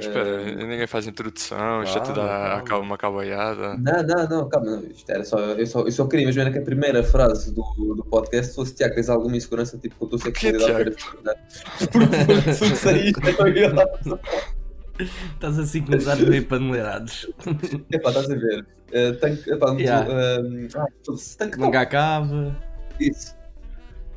eh, faz introdução, é já te É, Claro, dá claro. ca- uma cavalhada. Não, não, não, calma. não, Isto era só, eu, só, eu só queria imaginar que a primeira frase do, do podcast fosse Tiago, tens alguma insegurança tipo com a tua sexualidade? Porque se sair isto, então eu ia lá. Estás assim com os atos meio paneleirados. Epá, estás a ver? Eh, tanque, epá, muito, Yeah. ehm, ah, tanque Manga é acaba. isso.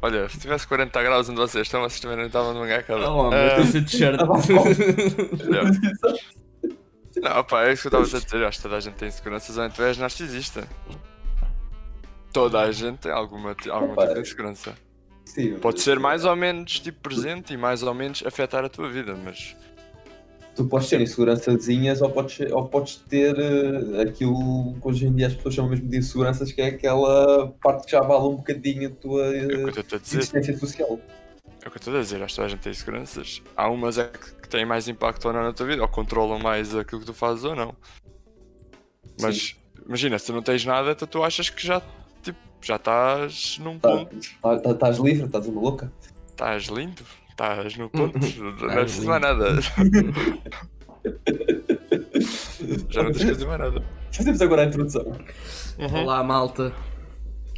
Olha, se tivesse 40 graus onde vocês estão, vocês também não estavam numa acaba. Oh, meu, Ah, estou sem t-shirt. Ah, não. Não, pá, é isso que eu estava a dizer. Eu acho que toda a gente tem inseguranças, ou então és narcisista. Toda a gente tem alguma, algum Opa. tipo de insegurança. Sim, Pode ser mais ou menos tipo presente e mais ou menos afetar a tua vida, mas Tu podes ter insegurançazinhas ou podes, ou podes ter eh, aquilo que hoje em dia as pessoas chamam mesmo de inseguranças, que é aquela parte que já abala um bocadinho a tua é o eh, que eu estou a dizer. existência social. É o que eu estou a dizer, acho que toda a gente tem inseguranças. Há umas é que que têm mais impacto ou não na tua vida, ou controlam mais aquilo que tu fazes ou não. Mas imagina, se tu não tens nada, então tu, tu achas que já, tipo, já estás num Tá. ponto. Tá- tá- Estás livre, estás uma louca. Estás lindo, estás no ponto, não é Estás preciso mais lindo. nada. Já não tens que fazer mais nada. Fazemos agora a introdução. Uhum. Olá, malta.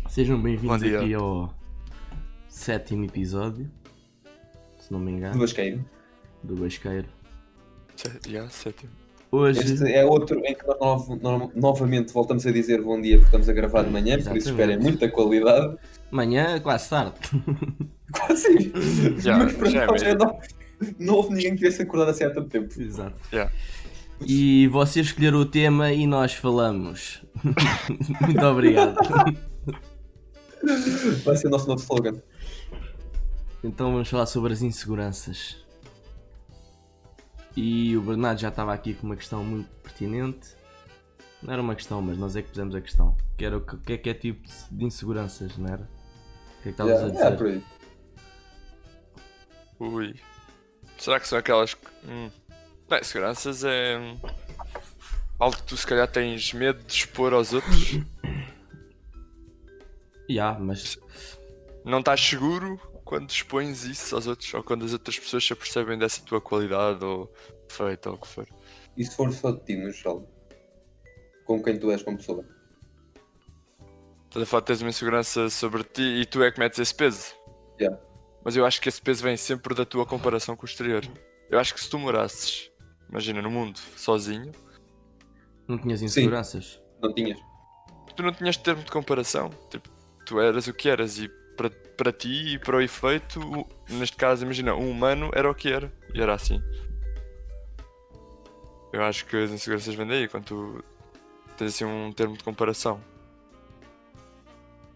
Sejam Bom bem-vindos dia. aqui ao sétimo episódio, se não me engano, Duas Basqueiro. do Basqueiro. Se- yeah, sétimo. Hoje, Este é outro em que nós nov- no- novamente voltamos a dizer bom dia porque estamos a gravar de manhã, por isso Exatamente. esperem muita qualidade. amanhã, quase tarde. Quase. Já- Mas para já é nós mesmo. não, não houve ninguém que tivesse acordado assim há tanto tempo. Exato. Yeah. E vocês escolheram o tema e nós falamos. Muito obrigado. Vai ser o nosso novo slogan. Então vamos falar sobre as inseguranças. E o Bernardo já estava aqui com uma questão muito pertinente. Não era uma questão, mas nós é que fizemos a questão. Que era o que, o que é que é tipo de inseguranças, não era? O que é que estavas Yeah, a yeah, dizer? por aí. Ui. Será que são aquelas. que- Hum. Não, seguranças é. hum, Algo que tu se calhar tens medo de expor aos outros. Yeah, mas não estás seguro quando expões isso aos outros ou quando as outras pessoas se apercebem dessa tua qualidade ou feito ou o que for. E se for só de ti no geral? Com quem tu és como pessoa? Estás a falar que tens uma insegurança sobre ti e tu é que metes esse peso. Yeah. Mas eu acho que esse peso vem sempre da tua comparação com o exterior. Eu acho que se tu morasses, imagina, no mundo, sozinho, não tinhas inseguranças? Não tinhas? tu não tinhas termo de comparação. Tipo, tu eras o que eras e para, para ti e para o efeito, o- neste caso, imagina, um humano era o que era e era assim. Eu acho que as inseguranças vêm daí quando tu tens assim um termo de comparação.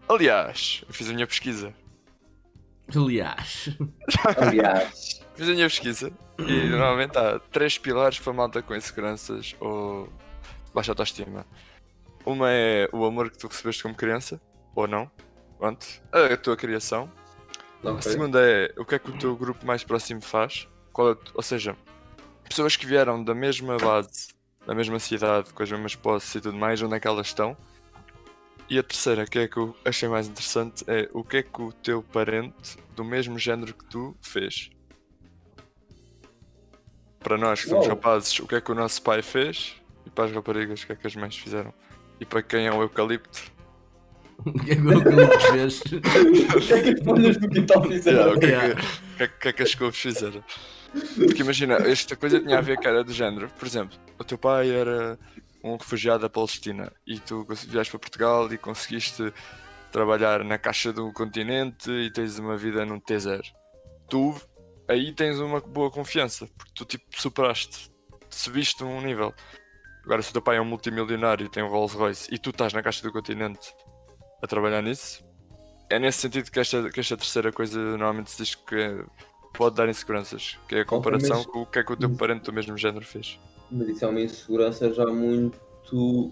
Aliás, eu fiz a minha pesquisa. Aliás, Aliás. Fiz a minha pesquisa e normalmente há três pilares para malta com inseguranças ou baixa autoestima. Uma é o amor que tu recebeste como criança, ou não, pronto, a tua criação. Não, A foi. segunda é o que é que o teu grupo mais próximo faz, Qual é o t- ou seja, pessoas que vieram da mesma base, da mesma cidade, com as mesmas posses e tudo mais, onde é que elas estão. E a terceira, que é que eu achei mais interessante, é o que é que o teu parente do mesmo género que tu fez. Para nós que somos Uau. rapazes, o que é que o nosso pai fez, e para as raparigas, o que é que as mães fizeram. E para quem é o eucalipto, o que é que o Filipe fez? O que é que as folhas do quintal Yeah, fizeram? o que, é Yeah. que, o que é que- o que é que as couves fizeram? Porque imagina, esta coisa tinha a ver que era do género. Por exemplo, o teu pai era um refugiado da Palestina e tu cons- vieste para Portugal e conseguiste trabalhar na caixa do continente e tens uma vida num T0. Tu aí tens uma boa confiança, porque tu tipo superaste, subiste um nível. Agora, se o teu pai é um multimilionário e tem um Rolls Royce e tu estás na caixa do continente a trabalhar nisso, é nesse sentido que esta, que esta terceira coisa normalmente se diz que é- pode dar inseguranças, que é a comparação mas- com o que é que o teu parente do mesmo género fez. Mas isso é uma insegurança já muito.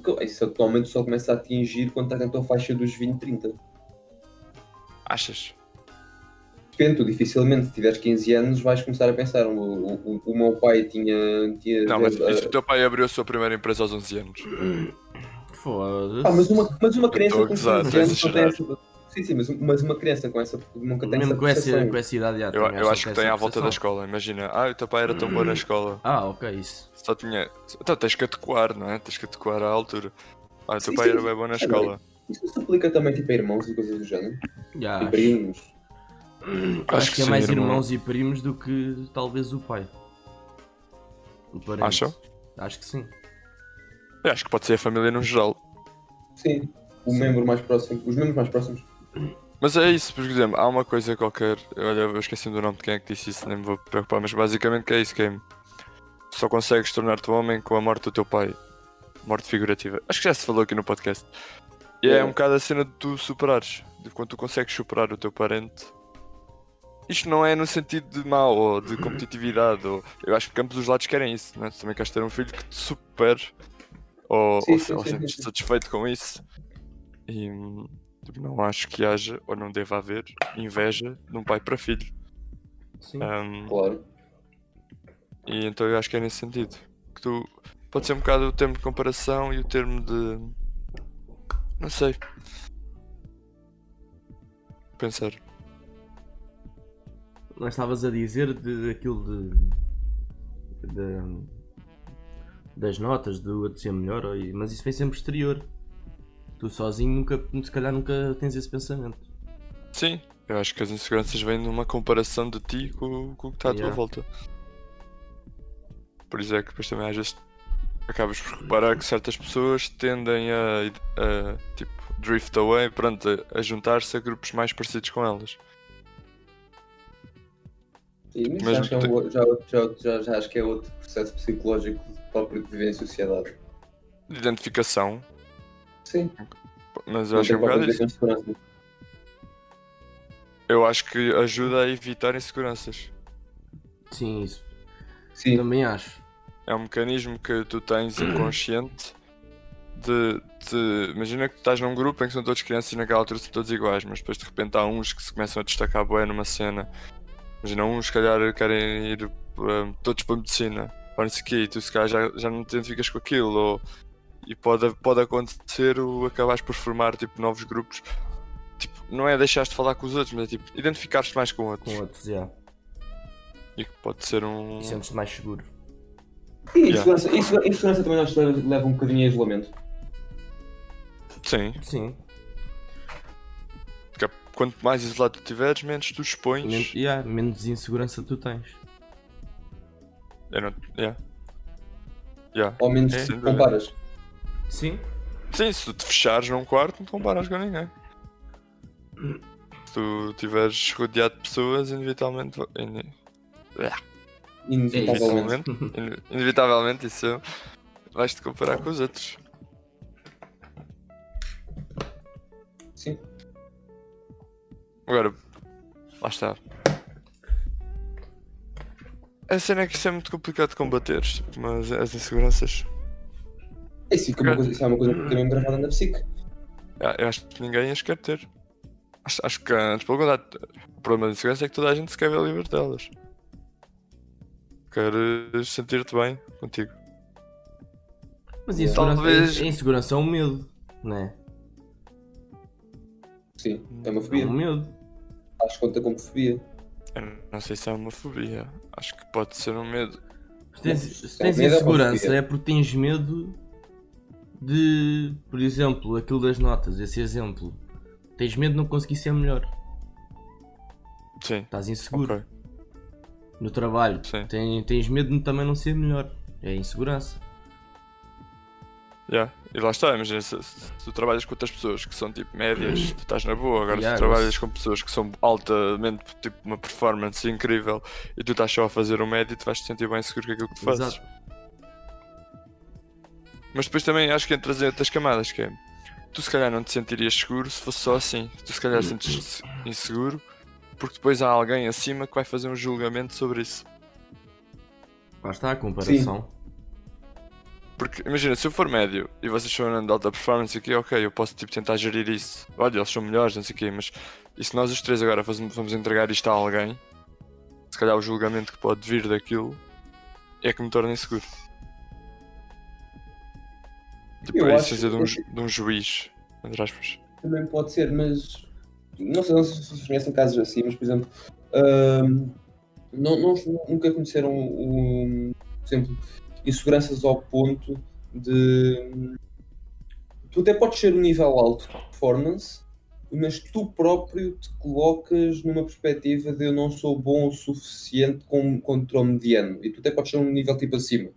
que- Isso atualmente só começa a atingir quando está na tua faixa dos 20, 30. Achas? Depende, tu dificilmente, se tiveres 15 anos, vais começar a pensar. O, o, o meu pai tinha. tinha Não, mas ah, e se o teu pai abriu a sua primeira empresa aos 11 anos? Foda-se. ah, mas uma, mas uma tô criança a com 15 gozar, anos tô a não tem essa. Sim, sim, mas, mas uma criança com essa nunca tem Mesmo essa com essa, percepção. com essa idade já Eu, tem eu essa- acho que essa tem à volta da percepção. escola, imagina. Ah, o teu pai era tão bom na escola. Ah, ok, isso. Só tinha. Então tens que adequar, não é? Tens que adequar à altura. Ah, o teu Sim, pai sim. era bem bom na É escola. Isso se aplica também tipo, a irmãos e coisas do género. Já E acho. primos. Acho, que, é sim, mais irmão. irmãos e primos do que talvez o pai. O parente. Acham? Acho que sim. Eu acho que pode ser a família no geral. Sim. O membro mais próximo. Os membros mais próximos. Mas é isso, por exemplo, há uma coisa qualquer. Olha, eu esqueci do nome de quem é que disse isso, nem me vou preocupar, mas basicamente que é isso, game. Só consegues tornar-te homem com a morte do teu pai. Morte figurativa. Acho que já se falou aqui no podcast. E é É. um bocado a cena de tu superares. De quando tu consegues superar o teu parente. Isto não é no sentido de mau ou de competitividade. Ou... Eu acho que ambos os lados querem isso, né? Tu também queres ter um filho que te supere. Ou, Sim, ou, sim, ou sim, sentes sim, sim. satisfeito com isso. E hum, tipo, não acho que haja, ou não deva haver, inveja de um pai para filho. Sim. Hum, Claro. e então eu acho que é nesse sentido. Que tu pode ser um bocado o termo de comparação e o termo de. Não sei. Pensar. Mas estavas a dizer de, aquilo de, de- das notas, do outro ser melhor, ou- mas isso vem sempre exterior. Tu sozinho nunca, se calhar nunca tens esse pensamento. Sim, eu acho que as inseguranças vêm numa comparação de ti com, com o que está à tua Yeah. volta. Por isso é que depois também às vezes acabas por reparar que certas pessoas tendem a, a, tipo drift away, pronto, a, a juntar-se a grupos mais parecidos com elas. E, mas Mesmo acho que é que um o- já, já, já, já acho que é outro processo psicológico próprio de viver em sociedade. De identificação, Sim. mas eu não acho que tem é qualquer um bocado coisa isso. com segurança. Eu acho que ajuda a evitar inseguranças. Sim, isso. Sim. Também acho. É um mecanismo que tu tens inconsciente de, de- Imagina que estás num grupo em que são todos crianças e naquela altura são todos iguais, mas depois de repente há uns que se começam a destacar bem numa cena. Imagina, uns se calhar querem ir hum, todos para a medicina, ou não sei o quê, e tu se calhar já, já não te identificas com aquilo, ou- e pode, pode acontecer o acabares por formar tipo, novos grupos. Tipo, não é deixares de falar com os outros, mas é tipo identificar-te mais com outros. Com outros, já. E que pode ser um. E sentes-te mais seguro. E Yeah. insegurança, insegurança, insegurança também acho que leva, leva um bocadinho a isolamento. Sim. Sim. Porque é quanto mais isolado tu estiveres, menos tu expões. Men yeah, menos insegurança tu tens. Eu não. Yeah. Yeah. Ao menos É, se sem dúvida. comparas. Sim. Sim, se tu te fechares num quarto, então não te comparas com ninguém. Se tu estiveres rodeado de pessoas, inevitavelmente. va- ine- Inevitavelmente. Inevitavelmente. ine- inevitavelmente, isso vais te comparar com os outros. Sim. Agora, lá está. A cena é que isso é muito complicado de combater, mas as inseguranças. Isso, fica uma coisa, isso é uma coisa que também me gravada na psique. Ah, Eu acho que ninguém as quer ter. Acho, acho que antes, pelo contrário, o problema da insegurança é que toda a gente se quer ver livre delas. Queres sentir-te bem contigo. Mas insegurança, Talvez- a insegurança é um medo, não é? Sim. É uma É fobia. um medo. Acho que conta como fobia. Eu não sei se é uma fobia. Acho que pode ser um medo. Se tens, Mas se tens medo é uma insegurança fobia. é porque tens medo de, por exemplo, aquilo das notas, esse exemplo. Tens medo de não conseguir ser melhor. Sim. Estás inseguro. Ok. No trabalho, Sim. ten- tens medo de também não ser melhor. É insegurança. Yeah. E lá está, imagina, se, se tu trabalhas com outras pessoas que são tipo médias, tu estás na boa. Agora, Yeah, se tu trabalhas com pessoas que são altamente, tipo, uma performance incrível e tu estás só a fazer um médio, tu vais te sentir bem seguro com aquilo que tu fazes. Exato. Mas depois também acho que entras em outras camadas, que é tu se calhar não te sentirias seguro se fosse só assim. Tu se calhar sentes-te inseguro porque depois há alguém acima que vai fazer um julgamento sobre isso. Lá está a comparação. Porque imagina, se eu for médio e vocês forem de alta performance aqui, ok, eu posso tipo tentar gerir isso. Olha, eles são melhores, não sei o quê, mas e se nós os três agora fazemos- vamos entregar isto a alguém, se calhar o julgamento que pode vir daquilo é que me torna inseguro. Tipo, Eu é acho isso de que- Tipo, é um, ju- de um juiz, entre aspas. Também pode ser, mas não sei se vocês conhecem casos assim, mas por exemplo, hum, não, não- nunca conheceram, um, por exemplo, inseguranças ao ponto de. hum, Tu até podes ser um nível alto de performance, mas tu próprio te colocas numa perspectiva de eu não sou bom o suficiente com- contra o mediano. E tu até podes ser um nível tipo acima.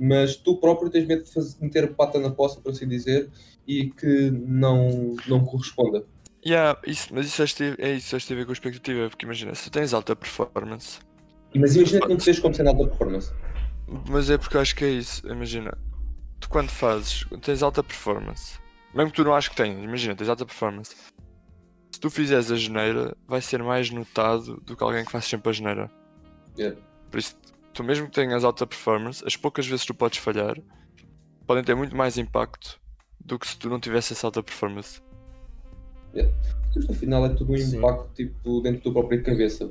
Mas tu próprio tens medo de fazer, meter a pata na poça, por assim dizer, e que não, não corresponda. Yeah, isso, mas isso acho que tem- é isso, acho que tem a ver com a expectativa, porque imagina, se tu tens alta performance, Mas imagina que não te vês como sendo alta performance. mas é porque eu acho que é isso, imagina, tu quando fazes, quando tens alta performance, mesmo que tu não aches que tens, imagina, tens alta performance, se tu fizeres a geneira, vai ser mais notado do que alguém que faz sempre a geneira. Yeah. Por isso, tu mesmo que tenhas alta performance, as poucas vezes que tu podes falhar, podem ter muito mais impacto do que se tu não tivesse essa alta performance. Isto, Afinal, é tudo um Sim. impacto tipo, dentro da tua própria cabeça.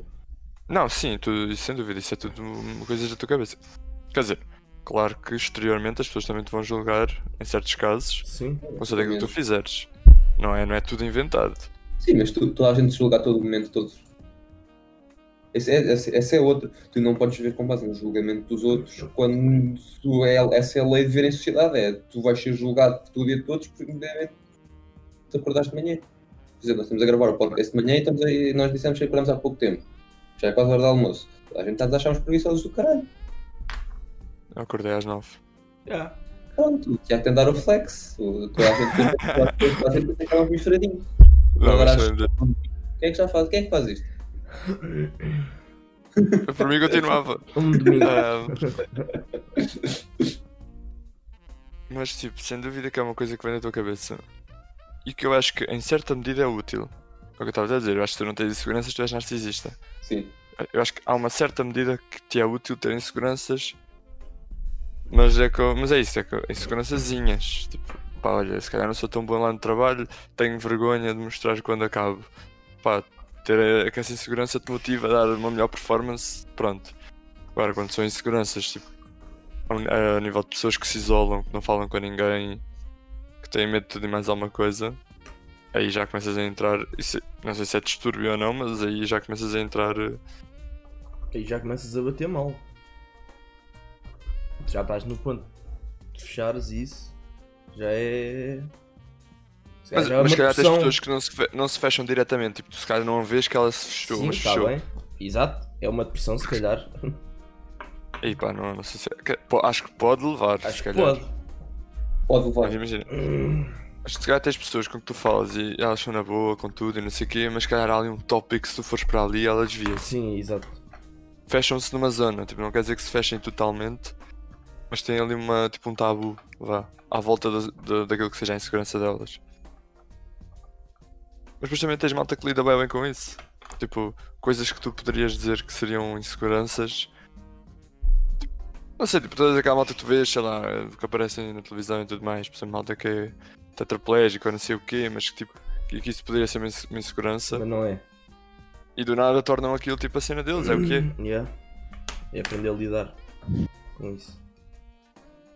Não, sim, tu, isso sem dúvida, isso é tudo uma coisa da tua cabeça. Quer dizer, claro que exteriormente as pessoas também te vão julgar, em certos casos, Sim. com certeza aquilo que tu fizeres. Não é, não é tudo inventado. Sim, mas tu, toda a gente se julga a todo momento, todos. Esse é, esse, esse é outro. Tu não podes viver com base no julgamento dos outros quando tu é, essa é a lei de viver em sociedade. É, tu vais ser julgado por tudo e a todos porque primeiramente, te acordaste de manhã. Por exemplo, nós estamos a gravar o podcast de manhã e, estamos aí, nós dissemos que acordamos há pouco tempo. Já é quase hora do almoço. Toda A gente está a achar uns preguiçosos do caralho. Eu acordei às nove. Yeah. Pronto, já tem de dar o flex. O- Toda a gente toda a gente tem que dar um misturadinho. Não, Agora mas acho- só ainda- Quem é que já faz? Quem é que faz isto? Por mim continuava. É Um domingo. Ahm. Mas tipo, sem dúvida que é uma coisa que vem da tua cabeça. E que eu acho que em certa medida é útil. É o que eu estava a dizer, eu acho que tu não tens inseguranças, tu és narcisista. Sim. Eu acho que há uma certa medida que te é útil ter inseguranças, mas é, que, eu- mas é isso, é que eu- insegurançazinhas. Tipo, pá, olha, se calhar não sou tão bom lá no trabalho, tenho vergonha de mostrar quando acabo. Pá, ter eh, que essa insegurança te motiva a dar uma melhor performance, pronto. Agora, quando são inseguranças, tipo, a un- a nível de pessoas que se isolam, que não falam com ninguém, que têm medo de tudo e mais alguma coisa, aí já começas a entrar, isso- não sei se é distúrbio ou não, mas aí já começas a entrar. eh, Aí já começas a bater mal. Já estás no ponto. de fechares isso, já é. Se Mas, calhar já é mas uma se calhar tens pressão. pessoas que não se, fe- não se fecham diretamente, tipo, tu se calhar não vês que ela se fechou, Sim, mas está fechou. bem. Exato, é uma depressão, se calhar. E pá, não, não sei se é- que- pô, Acho que pode levar, Acho se que calhar. pode. Pode Mas levar. imagina, acho que se calhar tens pessoas com que tu falas e elas são na boa, com tudo e não sei o quê, mas se calhar há ali um tópico que se tu fores para ali ela desvia-se. Sim, exato. Fecham-se numa zona, tipo, não quer dizer que se fechem totalmente, mas tem ali uma, tipo, um tabu, vá, à volta da- da- daquilo que seja a insegurança delas. Mas depois também tens malta que lida bem, bem com isso. Tipo, coisas que tu poderias dizer que seriam inseguranças. Tipo, Não sei, tipo, toda aquela malta que tu vês, sei lá, que aparecem na televisão e tudo mais, por exemplo, malta que é tetraplégica ou não sei o quê, mas que tipo, que, que isso poderia ser uma inse- uma insegurança. Mas não é. E do nada tornam aquilo tipo a cena deles, é o quê? Yeah. É aprender a lidar com isso.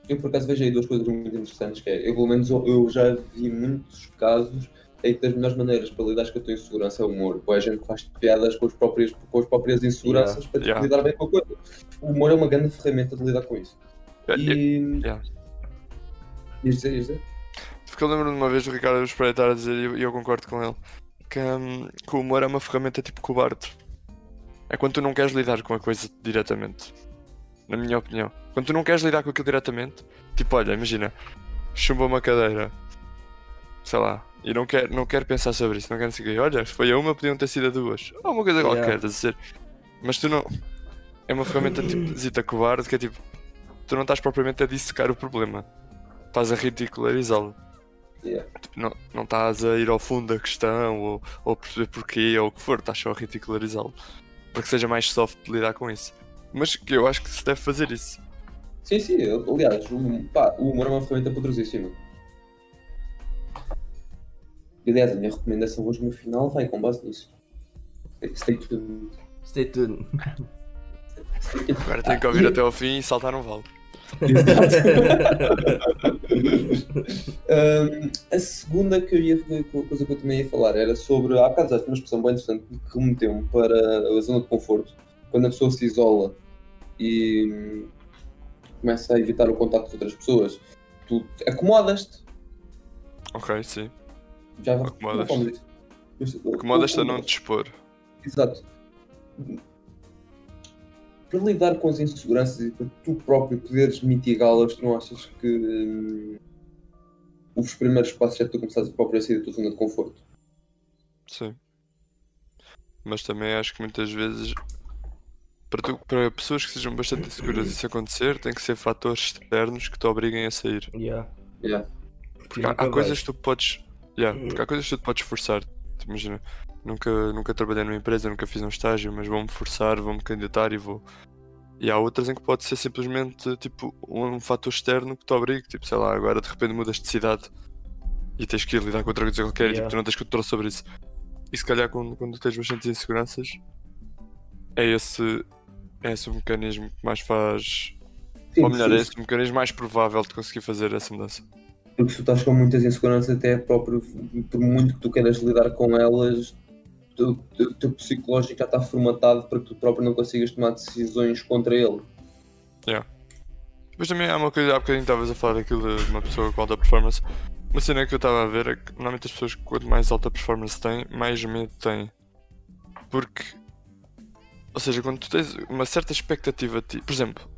Eu por acaso vejo aí duas coisas muito interessantes, que é, eu pelo menos eu- eu já vi muitos casos em que das melhores maneiras para lidar com a tua insegurança é o humor. Ou é a gente que faz piadas com as próprias, com as próprias inseguranças para Yeah. lidar bem com a coisa. O humor é uma grande ferramenta de lidar com isso. É- é- E... yeah. Diz dizer, diz dizer. Porque eu lembro de uma vez o Ricardo Espreita estar a dizer, e eu, e eu concordo com ele, que, hum, que o humor é uma ferramenta tipo cobarde. É quando tu não queres lidar com a coisa diretamente. Na minha opinião. Quando tu não queres lidar com aquilo diretamente, tipo, olha, imagina, chumba uma cadeira, sei lá, e não quero não quer pensar sobre isso, não quero seguir. Olha, se foi a uma, podiam ter sido a duas. Ou uma coisa Yeah. qualquer, estás a dizer. Mas tu não. É uma ferramenta tipo zita cobarde que é tipo. Tu não estás propriamente a dissecar o problema. Estás a ridicularizá-lo Tipo, Yeah. não, não estás a ir ao fundo da questão ou, ou perceber porquê ou o que for, estás só a ridicularizá-lo para que seja mais soft de lidar com isso. Mas que eu acho que se deve fazer isso. Sim, sim, aliás, o, pá, o humor é uma ferramenta poderosíssima. E, Aliás, a minha recomendação hoje no final vai com base nisso. É Stay tuned. é Stay tuned. Agora tenho que ouvir até ao fim e saltar um vale. Hum, a segunda que eu ia, co- coisa que eu também ia falar era sobre. Há bocado usaste uma expressão bem interessante que remeteu-me para a zona de conforto. Quando a pessoa se isola e hum, começa a evitar o contacto de outras pessoas, tu acomodas-te. Ok, sim. Já já Acomodas-te. falamos disso. Mas, Acomodas-te a não te expor. Exato. Para lidar com as inseguranças e para tu próprio poderes mitigá-las, não achas que hum, os primeiros passos é tu começares a próprio a sair da tua zona de conforto? Sim. Mas também acho que muitas vezes para, tu- para pessoas que sejam bastante inseguras isso acontecer, tem que ser fatores externos que te obriguem a sair. Yeah. Yeah. Porque há, há coisas que tu podes. Yeah, Hum. porque há coisas que tu te podes forçar. Tu Imagina, nunca, nunca trabalhei numa empresa, nunca fiz um estágio, mas vou-me forçar, vou-me candidatar e vou. E há outras em que pode ser simplesmente tipo um, fator externo que te obrigue, tipo, sei lá, agora de repente mudas de cidade e tens que ir lidar com outra coisa qualquer e tipo, Yeah. tu não tens controle sobre isso. E se calhar quando, quando tens bastantes inseguranças é esse, é esse o mecanismo que mais faz. Sim, ou melhor, é se- esse o mecanismo mais provável de conseguir fazer essa mudança. porque se tu estás com muitas inseguranças, até é próprio, por muito que tu queiras lidar com elas, o teu, teu psicológico já está formatado para que tu próprio não consigas tomar decisões contra ele. Depois também há uma coisa, há bocadinho estavas a falar daquilo de uma pessoa com alta performance. Uma cena que eu estava a ver é que normalmente as pessoas, quanto mais alta performance têm, mais medo têm. Porque. Ou seja, quando tu tens uma certa expectativa de ti. Por exemplo,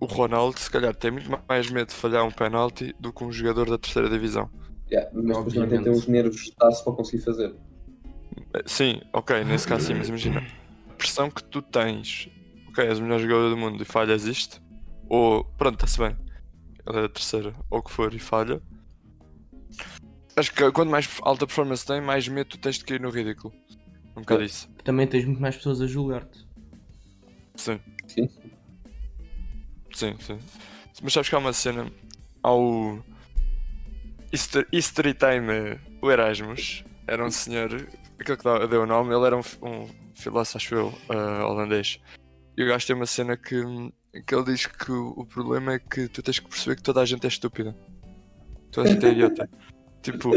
o Ronaldo, se calhar, tem muito mais medo de falhar um penalti do que um jogador da terceira divisão. Yeah, mas depois também tem que ter Obviamente. os nervos de estar-se para conseguir fazer. Eh, Sim, ok, nesse caso sim, mas imagina. A pressão que tu tens. Ok, és o melhor jogador do mundo e falhas isto. Ou, pronto, está-se bem. Ela é a terceira, ou o que for, e falha. Acho que quanto mais alta performance tem, mais medo tu tens de cair no ridículo. Um bocado isso. Também tens muito mais pessoas a julgar-te. Sim, Sim. sim, sim. Mas sabes que há uma cena. Há o. Easter, History Time, eh, o Erasmus. Era um senhor. Aquele que dá- deu o nome, ele era um, fi- um filósofo, acho eu, eh, holandês. E o gajo tem uma cena que, que ele diz que o, o problema é que tu tens que perceber que toda a gente é estúpida. Toda a gente é idiota. tipo,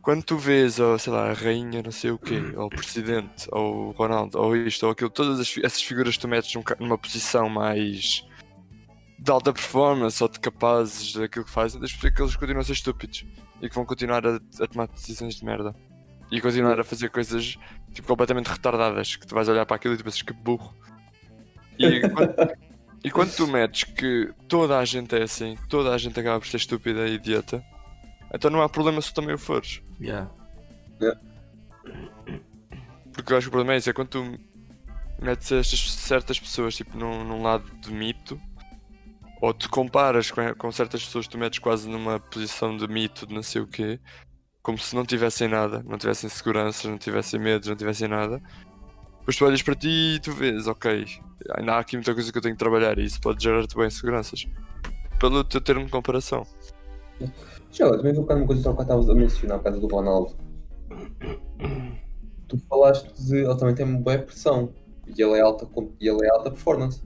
quando tu vês, ou, sei lá, a rainha, não sei o quê, ou o presidente, ou o Ronaldo, ou isto, ou aquilo, todas as fi- essas figuras que tu metes num ca- numa posição mais de alta performance ou de capazes daquilo que fazem, tens de perceber que eles continuam a ser estúpidos e que vão continuar a, a tomar decisões de merda e continuar a fazer coisas tipo, completamente retardadas, que tu vais olhar para aquilo e tu pensas que burro. E quando, e quando tu metes que toda a gente é assim, toda a gente acaba por ser estúpida e idiota, então não há problema se tu também o fores. Yeah. Porque eu acho que o problema é isso, é quando tu metes estas certas pessoas tipo, num, num lado de mito, ou te comparas com, com certas pessoas que tu metes quase numa posição de mito, de não sei o quê, como se não tivessem nada, não tivessem seguranças, não tivessem medos, não tivessem nada. Depois tu olhas para ti e tu vês, ok, ainda há aqui muita coisa que eu tenho que trabalhar e isso pode gerar-te bem seguranças. Pelo teu termo de comparação. Já agora, também vou tocar numa coisa que tu estavas a mencionar, por causa do Ronaldo. Tu falaste de. Ele também tem uma boa pressão. E ele é alta, com- e ele é alta performance.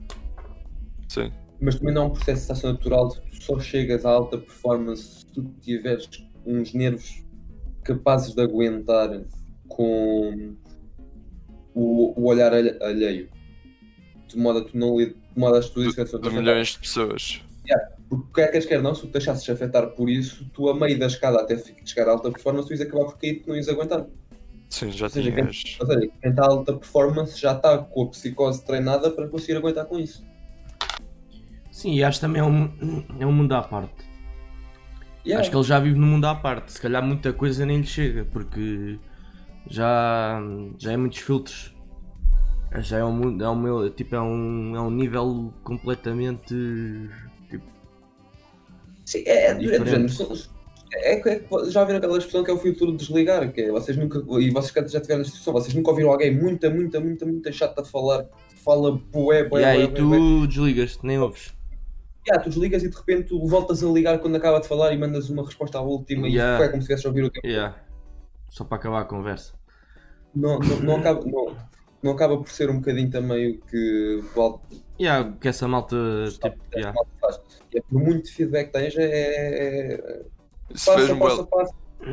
Sim, Mas também não é um processo de seleção natural de tu só chegas à alta performance se tu tiveres uns nervos capazes de aguentar com o, o olhar alhe- alheio. De modo a tu não lid- de modo a tu de milhões de pessoas. porque quer queres, quer não, se tu te deixasses afetar por isso, tu a meio da escada até fi- chegar à alta performance, tu ias acabar por cair, tu não ias aguentar. Sim, já seja, tinhas. Ou seja, quem está à alta performance já está com a psicose treinada para conseguir aguentar com isso. Sim, e acho que também é um, é um mundo à parte. Yeah. Acho que ele já vive num mundo à parte. Se calhar muita coisa nem lhe chega, porque já, já é muitos filtros. Já é um mundo, é um, meu- tipo, é um, é um nível completamente. Tipo, Sim, é, é, do- é do Diferente. género. são- É, que- é que já viram aquela expressão que é o filtro de desligar, que é vocês nunca, e vocês que já tiveram esta discussão, vocês nunca ouviram alguém muita, muita, muita, muita chata de falar, que fala bué, bué, e bué, bué, aí bué. tu desligas-te, nem ouves. Yeah, tu desligas e de repente tu voltas a ligar quando acaba de falar e mandas uma resposta à última Yeah. e é como se estivesse a ouvir o teu Yeah. Só para acabar a conversa. não, não, não acaba. Não. não acaba por ser um bocadinho também o que o Al- Yeah, que essa malta, tipo, yeah. o Al faz. É, por muito feedback que tens, é. é- Isso Passa, fez-me passa, bem- passa. Mas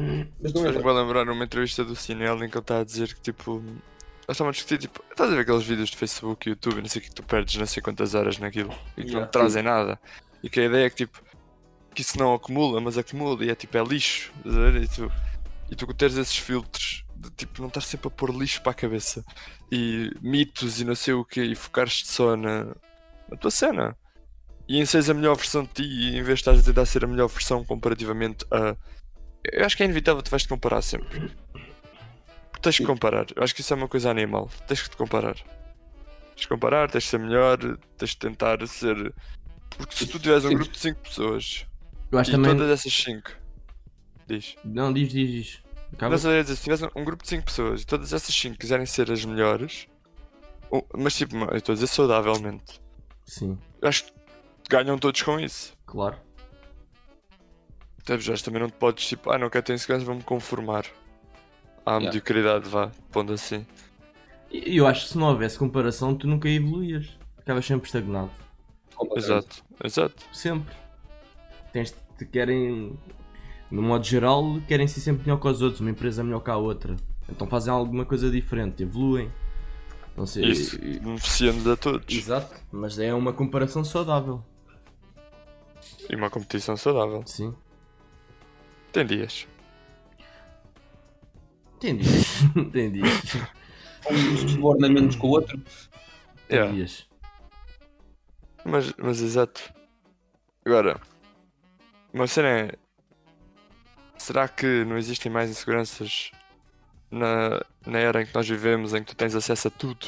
isso não é. fez-me bem lembrar numa entrevista do Cinel em que ele está a dizer que tipo. Eles estavam a discutir, tipo, estás a ver aqueles vídeos de Facebook, YouTube, e não sei o que que tu perdes não sei quantas horas naquilo e que não Yeah. te trazem nada. E que a ideia é que tipo, que isso não acumula, mas acumula e é tipo, é lixo. estás a ver? E tu, e tu teres esses filtros de tipo, não estás sempre a pôr lixo para a cabeça e mitos e não sei o que e focares-te só na, na tua cena. E em seres a melhor versão de ti e em vez de estás a tentar ser a melhor versão comparativamente a. Eu acho que é inevitável tu vais te comparar sempre. Porque tens que Sim. comparar. Eu acho que isso é uma coisa animal. Tens que te comparar. Tens de comparar, tens de ser melhor, tens de tentar ser. Porque se tu tiveres um Sim. grupo de 5 pessoas Eu acho e também. todas essas 5 diz. Não, diz, diz, diz. Acaba. Não sei dizer, se tivesse um grupo de 5 pessoas e todas essas 5 quiserem ser as melhores, um- mas tipo, eu estou a dizer saudavelmente, Sim, eu acho que ganham todos com isso. claro. Então, já também não te podes tipo, ah, não quero ter insegurança, vou-me conformar à Yeah. mediocridade, vá, pondo assim. E e eu acho que se não houvesse comparação, tu nunca evoluías. Acabas sempre estagnado. completamente. Exato, exato. Sempre. Tens te querem. No modo geral, querem ser sempre melhor que os outros, uma empresa é melhor que a outra. Então fazem alguma coisa diferente, evoluem. Não sei. Isso, beneficiamos a todos. Exato, mas é uma comparação saudável. E uma competição saudável. Sim. Tem dias. Entendi. Entendi. Um suborna menos que o outro. Yeah. Dias. Mas, mas exato. Agora, uma cena é. Será que não existem mais inseguranças na, na era em que nós vivemos, em que tu tens acesso a tudo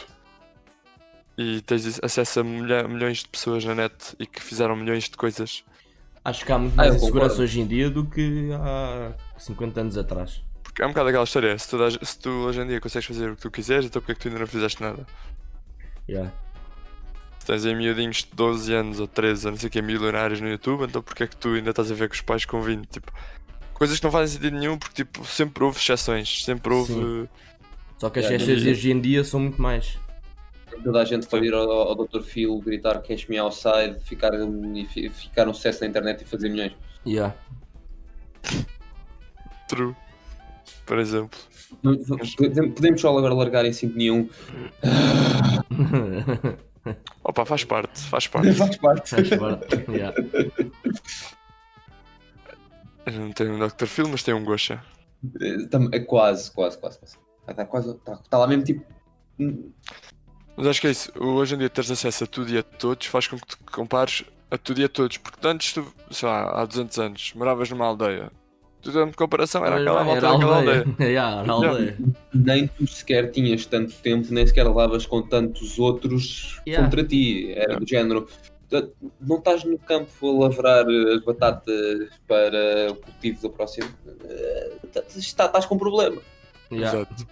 e tens is- acesso a milha- milhões de pessoas na net e que fizeram milhões de coisas? Acho que há muito Ah, eu mais insegurança concordo. hoje em dia do que há 50 anos atrás. Porque é um bocado aquela história: se tu, dás- se tu hoje em dia consegues fazer o que tu quiseres, então porque é que tu ainda não fizeste nada? Yeah. Se tens aí miudinhos de 12 anos ou 13 ou não sei o que, milionários no YouTube, então porque é que tu ainda estás a ver com os pais com 20? Tipo, coisas que não fazem sentido nenhum, porque tipo, sempre houve exceções, sempre houve. Sim. Só que as Yeah, exceções yeah. hoje em dia são muito mais. Toda a gente pode ir ao, ao Dr. Phil gritar Cash Me Outside, ficar, um- e fi- ficar um sucesso na internet e fazer milhões. Yeah. True. Por exemplo. Não- não- podemos- Podemos só agora largar em 5 nenhum. Opa, faz parte, faz parte. Faz parte. Faz parte. Yeah. Eu não tenho um Dr. Phil, mas tenho um Gosha. Eh, tam- é quase, quase, quase. quase. Está quase, tá, tá lá mesmo tipo. hum, Mas acho que é isso. Hoje em dia teres acesso a tudo e a todos faz com que te compares a tudo e a todos. Porque antes tu, sei lá, há 200 anos, moravas numa aldeia. Tu de comparação era aquela volta a daquela aldeia. Yeah, era a aldeia. Nem tu sequer tinhas tanto tempo, nem sequer levavas com tantos outros Yeah. contra ti. Era do género. "Tu- Não estás no campo a lavrar eh, as batatas para o cultivo do próximo. eh, tá- tá- Estás com um problema. Yeah. Exato.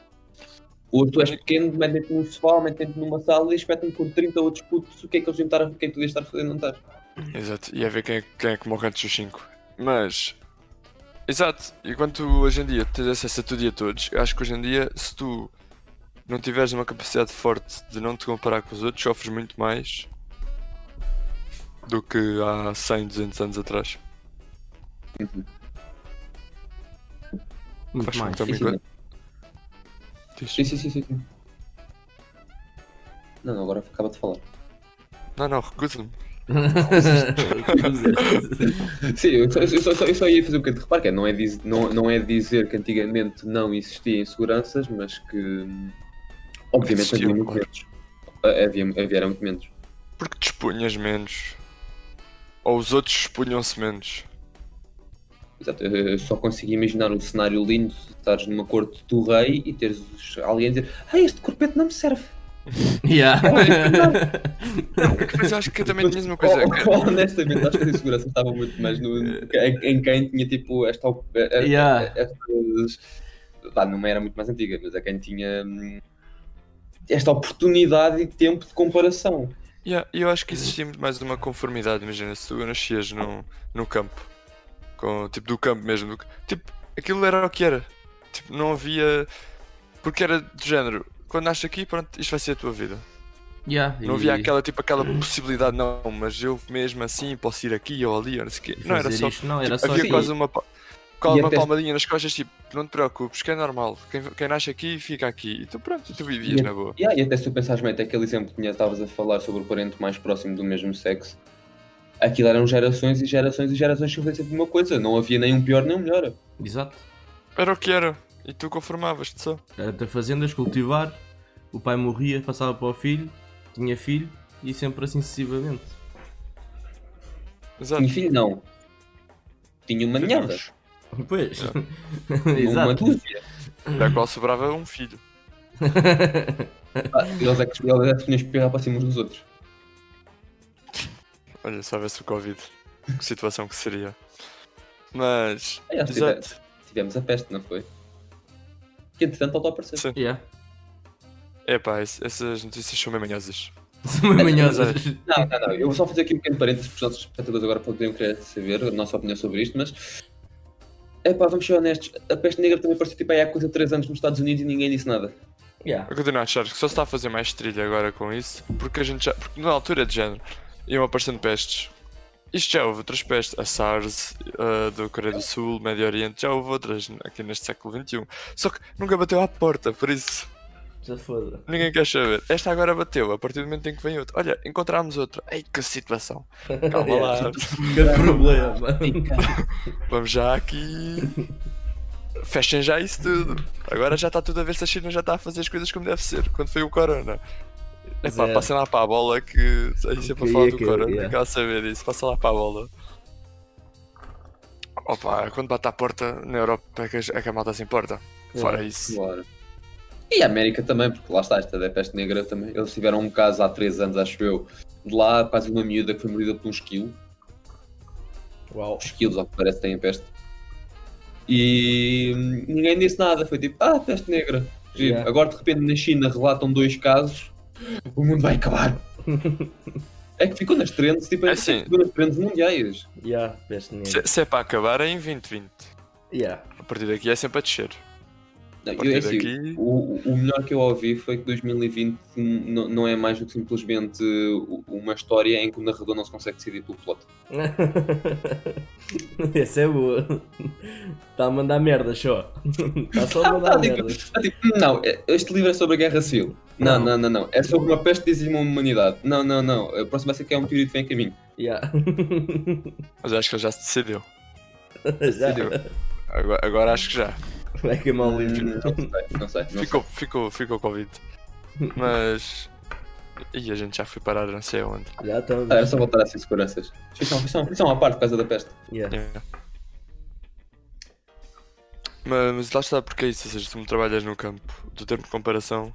Ou tu és pequeno, metem-te num sofá, metem-te numa sala e espetam com 30 outros putos. O que é que eles iam estar a o que é que tu ias estar a fazer? Não estás. Exato, e a ver quem é, quem é que morre antes dos 5. Mas. Exato, e quando tu, hoje em dia tens acesso a tudo e a todos, eu acho que hoje em dia, se tu não tiveres uma capacidade forte de não te comparar com os outros, sofres muito mais do que há 100, 200 anos atrás. Muito Faz mais. também Sim, co- Sim, sim, sim, sim. sim. Não, não, agora acaba de falar. Não, não, recuso-me. Sim, eu só, eu só- eu só- eu só ia fazer um bocadinho de reparo, que é, não é, diz- não, não é dizer que antigamente não existiam inseguranças, mas que hum, obviamente Existiam, havia muito claro. menos. Ah, Havia, havia era muito menos. Porque te expunhas menos. Ou os outros expunham-se menos. Exato, eu eu só consigo imaginar um cenário lindo de estares numa corte do rei e teres os- alguém a dizer Ah, este corpete não me serve. Yeah. Mas eu acho que também tinhas uma coisa. que- Oh, honestamente, acho que a insegurança estava muito mais no, em, em quem tinha tipo esta, op- a- a- Yeah. estas. Pá, numa era muito mais antiga, mas é quem tinha hum, esta oportunidade e tempo de comparação. Yeah, eu acho que existia muito mais uma conformidade, imagina, se tu nascias no, no campo, com, tipo do campo mesmo, do ca- tipo, aquilo era o que era, tipo, não havia, porque era do género, quando nasces aqui, pronto, isto vai ser a tua vida. Yeah, Não e- havia aquela, tipo, aquela possibilidade, não, mas eu mesmo assim posso ir aqui ou ali, ou não sei o quê. e Não, era fazer só. isto, não, era tipo, só assim. havia aqui. quase uma, pa- quase E uma até- palmadinha nas costas, tipo, não te preocupes, que é normal. Quem, quem nasce aqui, fica aqui. E tu, pronto, e tu vivias E- na boa. Yeah, e até se tu pensares bem, até aquele exemplo que tinha- estavas a falar sobre o parente mais próximo do mesmo sexo, aquilo eram gerações e gerações e gerações que faziam sempre uma coisa, não havia nem um pior nem um melhor. Exato. Era o que era. E tu conformavas-te só. Era ter fazendas, cultivar, o pai morria, passava para o filho, tinha filho e sempre assim sucessivamente. Exato. Tinha filho, não. Tinha uma ninhada, Filhos. Pois. uma Exato. dúzia. Da qual sobrava um filho. Ah, Eles é que eles é que se punham a espirrar para cima uns dos outros. Olha, se houvesse o Covid, que situação que seria. Mas, Ah, já se exato. Tivemos a peste, não foi? Que entretanto voltou a aparecer. Sim. yeah. Epá, esse- essas notícias são bem manhosas. São bem manhosas. Não, não, não. Eu vou só fazer aqui um pequeno parênteses porque os nossos espectadores agora poderiam querer saber a nossa opinião sobre isto, mas. É pá, vamos ser honestos. A peste negra também apareceu tipo aí há coisa de 3 anos nos Estados Unidos e ninguém disse nada. Yeah. Eu continuo a achar que só se está a fazer mais trilha agora com isso, porque a gente já. Porque na altura de género iam aparecendo pestes. Isto já houve outras pestes, a SARS a do Coreia do Sul, Médio Oriente, já houve outras aqui neste século XXI. Só que nunca bateu à porta, por isso Já foda. ninguém quer saber. Esta agora bateu, a partir do momento em que vem outra. Olha, encontramos outra. Ei, que situação. Calma lá. Que problema. Vamos já aqui. Fechem já é isso tudo. Agora já está tudo a ver se a China já está a fazer as coisas como deve ser. Quando foi o Corona. É pá, Zero. passem lá para a bola que. Aí sempre a Que falar ia do que- Corona, yeah. yeah. quero saber disso. Passa lá para a bola. Opa, quando bate à porta na Europa é que, a- é que a malta se importa. É. Fora isso. Claro. E a América também, porque lá está, esta da peste negra também. Eles tiveram um caso há 3 anos, acho eu, de lá quase uma miúda que foi mordida por um esquilo. Uau. Os quilos, ao que parece, têm peste. E hum, ninguém disse nada. Foi tipo, ah, peste negra. Giro. Yeah. Agora, de repente, na China relatam dois casos. O mundo vai acabar. é que ficou nas trends, tipo, É é assim. ficou nas trends mundiais. Yeah, peste negra. Se, se é para acabar é em 2020. Yeah. A partir daqui é sempre a descer. Não, eu, partir é assim, daqui- o, o melhor que eu ouvi foi que 2020 n- não é mais do que simplesmente uh, uma história em que o narrador não se consegue decidir pelo plot. Essa é boa. Está a mandar merda só. Está só a Ah, mandar digo- merda. ah, digo, não, é- este livro é sobre a guerra civil. Não, não, não, não. É sobre uma peste que dizima a humanidade. Não, não, não. A próxima vai ser que é um meteorito que vem em caminho. Yeah. Mas acho que ele já se decidiu. Já. Decidiu. Agora, agora acho que já. Vai queimar o É um livro. Não sei, não sei. Não sei. Ficou, ficou, ficou Covid. Mas. E a gente já foi parar não sei aonde. Já tá estamos. Ah, era só voltar a ser seguranças. Ficção, ficção, ficção à parte por causa da peste. Yeah. Yeah. Mas, mas lá está, porque é isso. Ou seja, tu me trabalhas no campo do tempo de comparação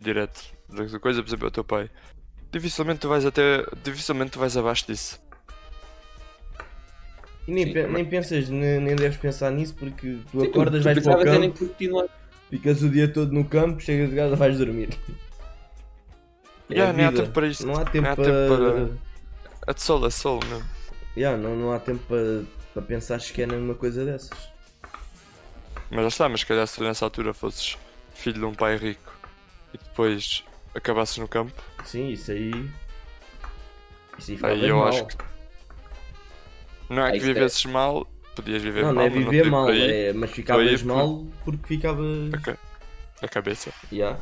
direto da da coisa, por exemplo, é o teu pai. Dificilmente tu vais até. Dificilmente tu vais abaixo disso. E nem, Sim, pe- mas- nem pensas, nem, nem deves pensar nisso porque tu Sim, tu- acordas, Tipo, tu vais para o pensavas era em campo, continuar. ficas o dia todo no campo, chegas de casa, vais dormir. É Yeah, a nem há vida. tempo para isto. Não há tempo há tempo para. A É de sol, a de sol mesmo. Yeah, não, não há tempo para, para pensar sequer numa coisa dessas. Mas lá está, mas se calhar se tu nessa altura fosses filho de um pai rico e depois acabasses no campo, Sim, isso aí. Isso aí aí bem eu mal. acho que Não é Aí que isso é- vivesses mal, podias viver Não, não mal. é mas viver te digo mal, por aí, é, mas ficavas por- mal porque ficava. a ca- A cabeça. Yeah.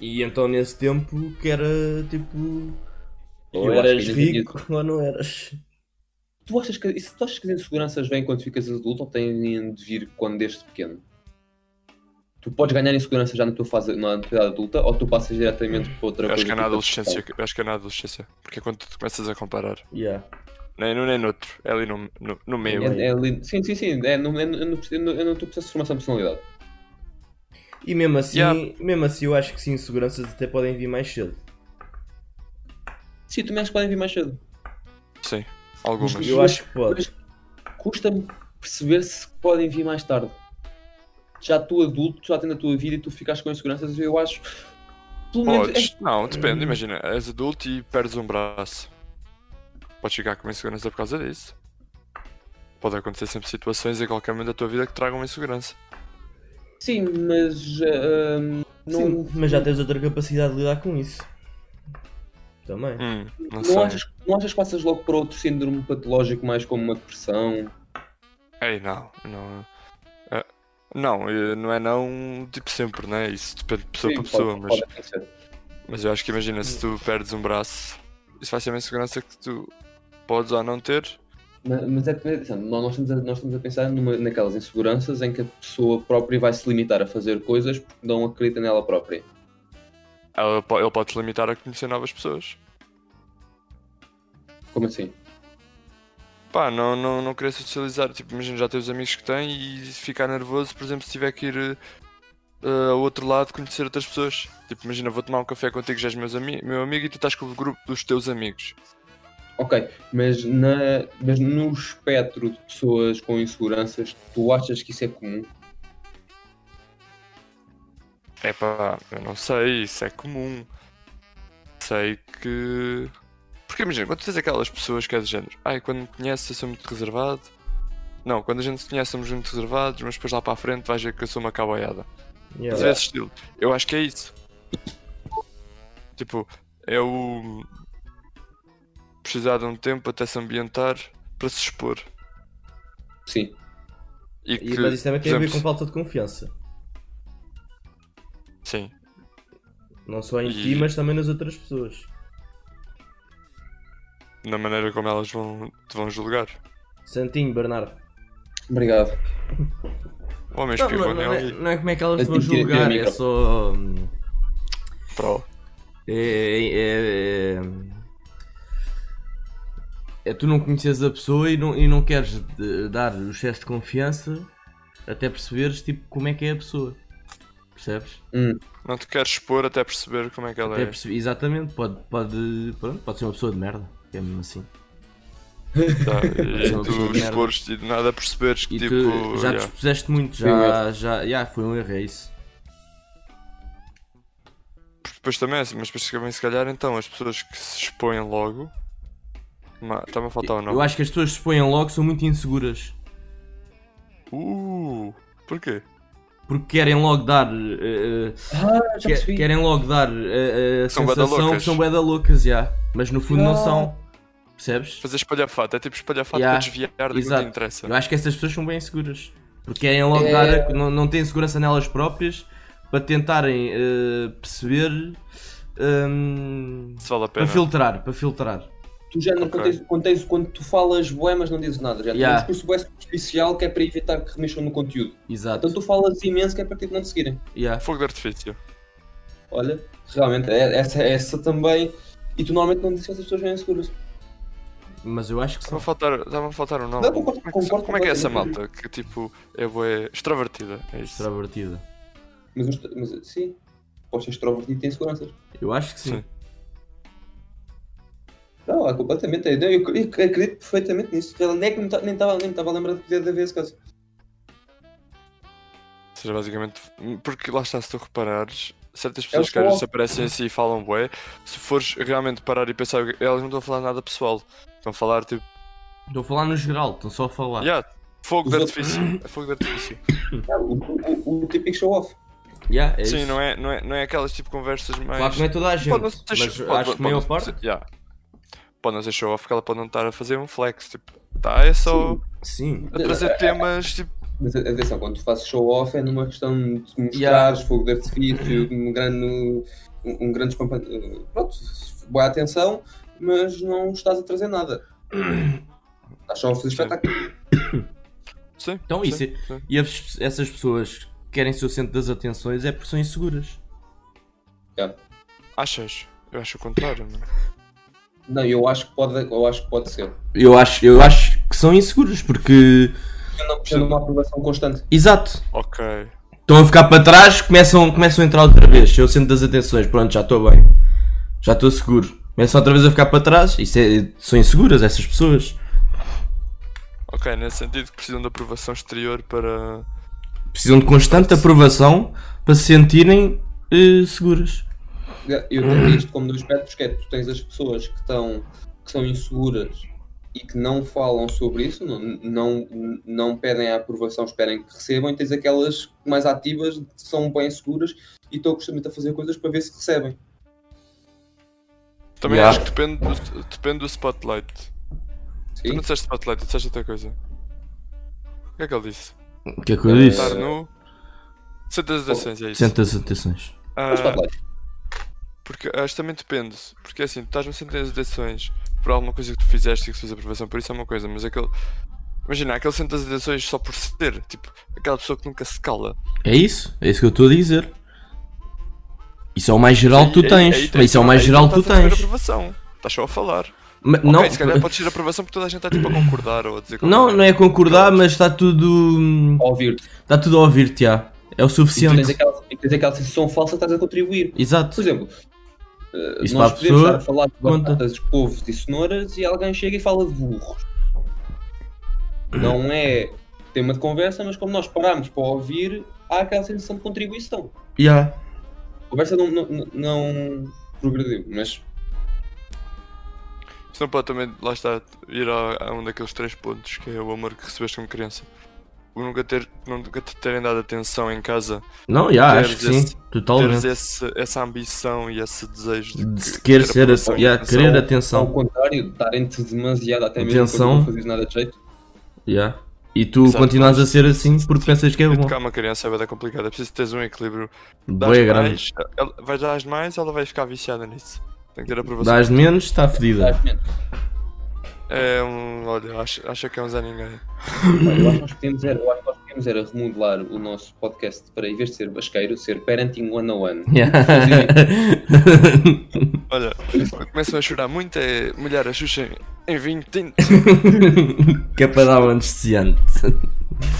E então nesse tempo que era tipo. Eu acho Ou que eras ainda tinha- rico ou não eras. Tu achas que, isso, tu achas que as inseguranças vêm quando ficas adulto ou têm de vir quando desde pequeno? Tu podes ganhar insegurança já na tua fase na tua idade adulta ou tu passas diretamente para outra Eu coisa? acho que é na tu- adolescência. eu Acho que é na adolescência. Porque é quando tu começas a comparar. Yeah. Nem num nem noutro. É ali no, no, no meio. Yeah. É, é ali- sim, sim, sim. É no, é no, é no, é no, é no teu processo de formação de personalidade. E mesmo assim, Yeah. mesmo assim eu acho que sim, inseguranças até podem vir mais cedo. Sim, tu acho que podem vir mais cedo. Sim. Algumas. Mas Eu acho que pode. Mas custa-me perceber se podem vir mais tarde. Já tu adulto, tu já tens a tua vida e tu ficaste com inseguranças, eu acho. Pelo menos. é- Podes. Não, depende. Imagina, és adulto e perdes um braço. Podes ficar com uma insegurança por causa disso. Pode acontecer sempre situações em qualquer momento da tua vida que tragam uma insegurança. Sim, mas. ah, hum, Não, Sim, mas já tens outra capacidade de lidar com isso. Também. Hum, não, não sei. achas, não achas que passas logo para outro síndrome patológico, mais como uma depressão? Ei, não, não. Ah, não, eh, não é não tipo sempre, né? Isso depende de pessoa Sim, para pode- pessoa, mas, pode acontecer. mas eu acho que imagina, se tu perdes um braço, isso vai ser uma insegurança que tu podes ou não ter. Ma- Mas é que, atenção, nó- nós estamos a, nós estamos a pensar numa, naquelas inseguranças em que a pessoa própria vai se limitar a fazer coisas porque não acredita nela própria. Ela po- Ele pode te limitar a conhecer novas pessoas. Como assim? Pá, não, não, não querer socializar. Tipo, imagina, já tem os amigos que tem e ficar nervoso, por exemplo, se tiver que ir eh, eh, ao outro lado conhecer outras pessoas. Tipo, imagina, vou tomar um café contigo, já és meus ami meu amigo e tu estás com o grupo dos teus amigos. Ok, mas, na, mas no espectro de pessoas com inseguranças, tu achas que isso é comum? É pá, eu não sei, isso é comum. Sei que. Porque imagina, quando tu tens aquelas pessoas que é do género, ai, quando me conheces eu sou muito reservado. Não, quando a gente se conhece somos muito reservados, mas depois lá para a frente vais ver que eu sou uma caboiada. Yeah. Mas é esse estilo. Eu acho que é isso. Tipo, é o. precisar de um tempo até se ambientar para se expor. Sim. E que. E, mas isso também por tem a ver exemplo, com falta de confiança. Sim. Não só em E- ti, mas também nas outras pessoas. Na maneira como elas vão, te vão julgar. Santinho, Bernardo. Obrigado. Homens Não, que não, vão não é, nele não é como é que elas Eu te vão tive que ir ao julgar, é micro. só. hum, e pro. É, é, é, é tu não conheces a pessoa e não, e não queres de- dar o excesso de confiança até perceberes tipo, como é que é a pessoa. Percebes? Hum, Não te queres expor até perceber como é que ela Até é. perce- Exatamente, pode, pode, pronto, pode ser uma pessoa de merda. É mesmo assim. Tá, E Não, tu é merda. expores e de nada perceberes que E tipo. tu já te yeah. expuseste muito, Foi um já, já, já foi um erro, é isso. Depois também é assim, mas depois também se calhar então as pessoas que se expõem logo. Ma- Está-me a faltar ou não? Eu acho que as pessoas se põem logo são muito inseguras. Uh, porquê? Porque querem logo dar. eh, eh, Ah, já Que- é- percebi. querem logo dar eh, a, a São bué da sensação que loucas. são bué da loucas, já. Mas no fundo não Ah. são. Percebes? Fazer espalhafato, é tipo espalhafato Yeah, para desviar do que exato. te interessa. Eu acho que essas pessoas são bem inseguras. Porque querem logo É. dar. a- não, não têm segurança nelas próprias para tentarem eh, perceber. hum, Se vale a pena. para filtrar, para filtrar. Tu já não Ok. quando, tens- quando tens- quando tu falas bué, mas não dizes nada. Já tens um Yeah. discurso bué superficial que é para evitar que remexam no conteúdo. Exato. Então tu falas imenso que é para tipo, não te seguirem. Yeah. Fogo de artifício. Olha, realmente, é- essa, essa também. E tu normalmente não dizes que essas pessoas vêm seguras. Mas eu acho que são. Estava a faltar, estava a faltar um nome. Não, concordo- como é que, concordo como é que é essa completamente. malta? Que tipo, é boa, extrovertida. É isso. Extrovertida. Mas, os- mas sim, podes ser extrovertido e tem seguranças. Eu acho que sim. Sim. Não, há completamente. Não, eu, eu acredito perfeitamente nisso. Real- Nem é que me ta- nem estava nem me estava a lembrar de poder haver esse caso. Ou seja, basicamente, porque lá está, se tu reparares, certas pessoas o que às vezes foco. aparecem assim e falam bué, se fores realmente parar e pensar, elas não estão a falar nada pessoal. Estão a falar tipo, Estou a falar no geral, estão só a falar. yeah, fogo de Os artifício. É fogo de artifício. Ah, o, o- o típico show-off. Yeah, é Sim, isso. não é, não, é, não é aquelas tipo conversas mais. Claro que não é toda a gente. Pode não mas ser show- pode- acho que a pode maior não parte. ser- yeah. Pode não ser show off, porque ela pode não estar a fazer um flex. Tipo, tá, é só Sim. a trazer temas tipo. Mas a- atenção, quando tu fazes show-off é numa questão de mostrares Yeah. fogo de artifício, um grande. Um, um grande espampa- Pronto, boa atenção, mas não estás a trazer nada. Estás só a fazer espetáculo. Sim. Então, sim, isso é- sim. E as- essas pessoas que querem ser o centro das atenções é porque são inseguras. Yeah. Achas? Eu acho o contrário, mano. Não, eu acho que pode, eu acho que pode ser. Eu acho, eu acho que são inseguras porque. Eu não preciso de uma aprovação constante. Exato. Ok. Estão a ficar para trás, começam, começam a entrar outra vez. Eu centro das atenções, pronto, já estou bem. Já estou seguro. Começam outra vez a ficar para trás. Isso é- são inseguras essas pessoas. Ok, nesse sentido que precisam de aprovação exterior para. Precisam de constante aprovação para se sentirem eh, seguras. Eu tenho isto como dois aspectos, que é tu tens as pessoas que estão que são inseguras e que não falam sobre isso, não, não, não pedem a aprovação, esperem que recebam, e tens aquelas mais ativas que são bem seguras e estão justamente a fazer coisas para ver se recebem. Também Yeah. acho que depende do, depende do spotlight. Tu Sim. não disseste spotlight, tu disseste outra coisa. O que é que ele disse? O que é que eu disse? Estar nu. Centro das atenções, é isso. Senta as atenções. Ah, Mas pá, lá, porque acho que também depende. Porque assim, tu estás no centro das atenções por alguma coisa que tu fizeste e que se fez aprovação, por isso é uma coisa, mas aquele. Imagina, aquele centro das atenções só por ser, tipo, aquela pessoa que nunca se cala. É isso, é isso que eu estou a dizer. Isso é o mais geral que tu Aí- aí- tens. aí mas isso é o mais aí geral que não tu estás a receber tens. aprovação. Estás só a falar. Ma- Não. não, se calhar podes ter aprovação porque toda a gente está tipo a concordar ou a dizer qualquer não, merda. não é concordar, mas está tudo. a ouvir-te. Está tudo a ouvir-te, já. É o E tu tens suficiente. aquela, e tens aquela sensação falsa que estás a contribuir. Exato. Por exemplo, eh, Isso nós para a podemos estar pessoa, a falar de conta. batatas, couves e cenouras e alguém chega e fala de burros. Não é tema de conversa, mas como nós parámos para ouvir, há aquela sensação de contribuição. Já. A conversa não, não, não- não progrediu, mas Senão pode também, lá está, ir a, a um daqueles três pontos que é o amor que recebeste como criança. O nunca, ter, nunca te terem dado atenção em casa, Não, já, Teres acho que sim. esse- teres Totalmente. esse- essa ambição e esse desejo de De se querer ter ser. aprovação e já, atenção. querer ao atenção. contrário, darem-te demasiado, até mesmo quando Atenção. não fazes nada de jeito. já. E tu Exato. continuas a ser assim porque pensas que é bom. educar uma criança é bem complicado, é preciso teres um equilíbrio. Dás Boa grande. mais, ela, vai dar mais, ela vai ficar viciada nisso. Tem que ter aprovação. Dás menos, está fedida. Exatamente. É um. Olha, acho, acho que é um Zé Ninguém. Olha, Eu acho que nós podemos era, eu acho que nós podíamos era remodelar o nosso podcast para, em vez de ser basqueiro, ser Parenting 101. Yeah. Olha, começam a chorar muito, é molhar a Xuxa em- em vinho tinto. que é para dar um anestesiante.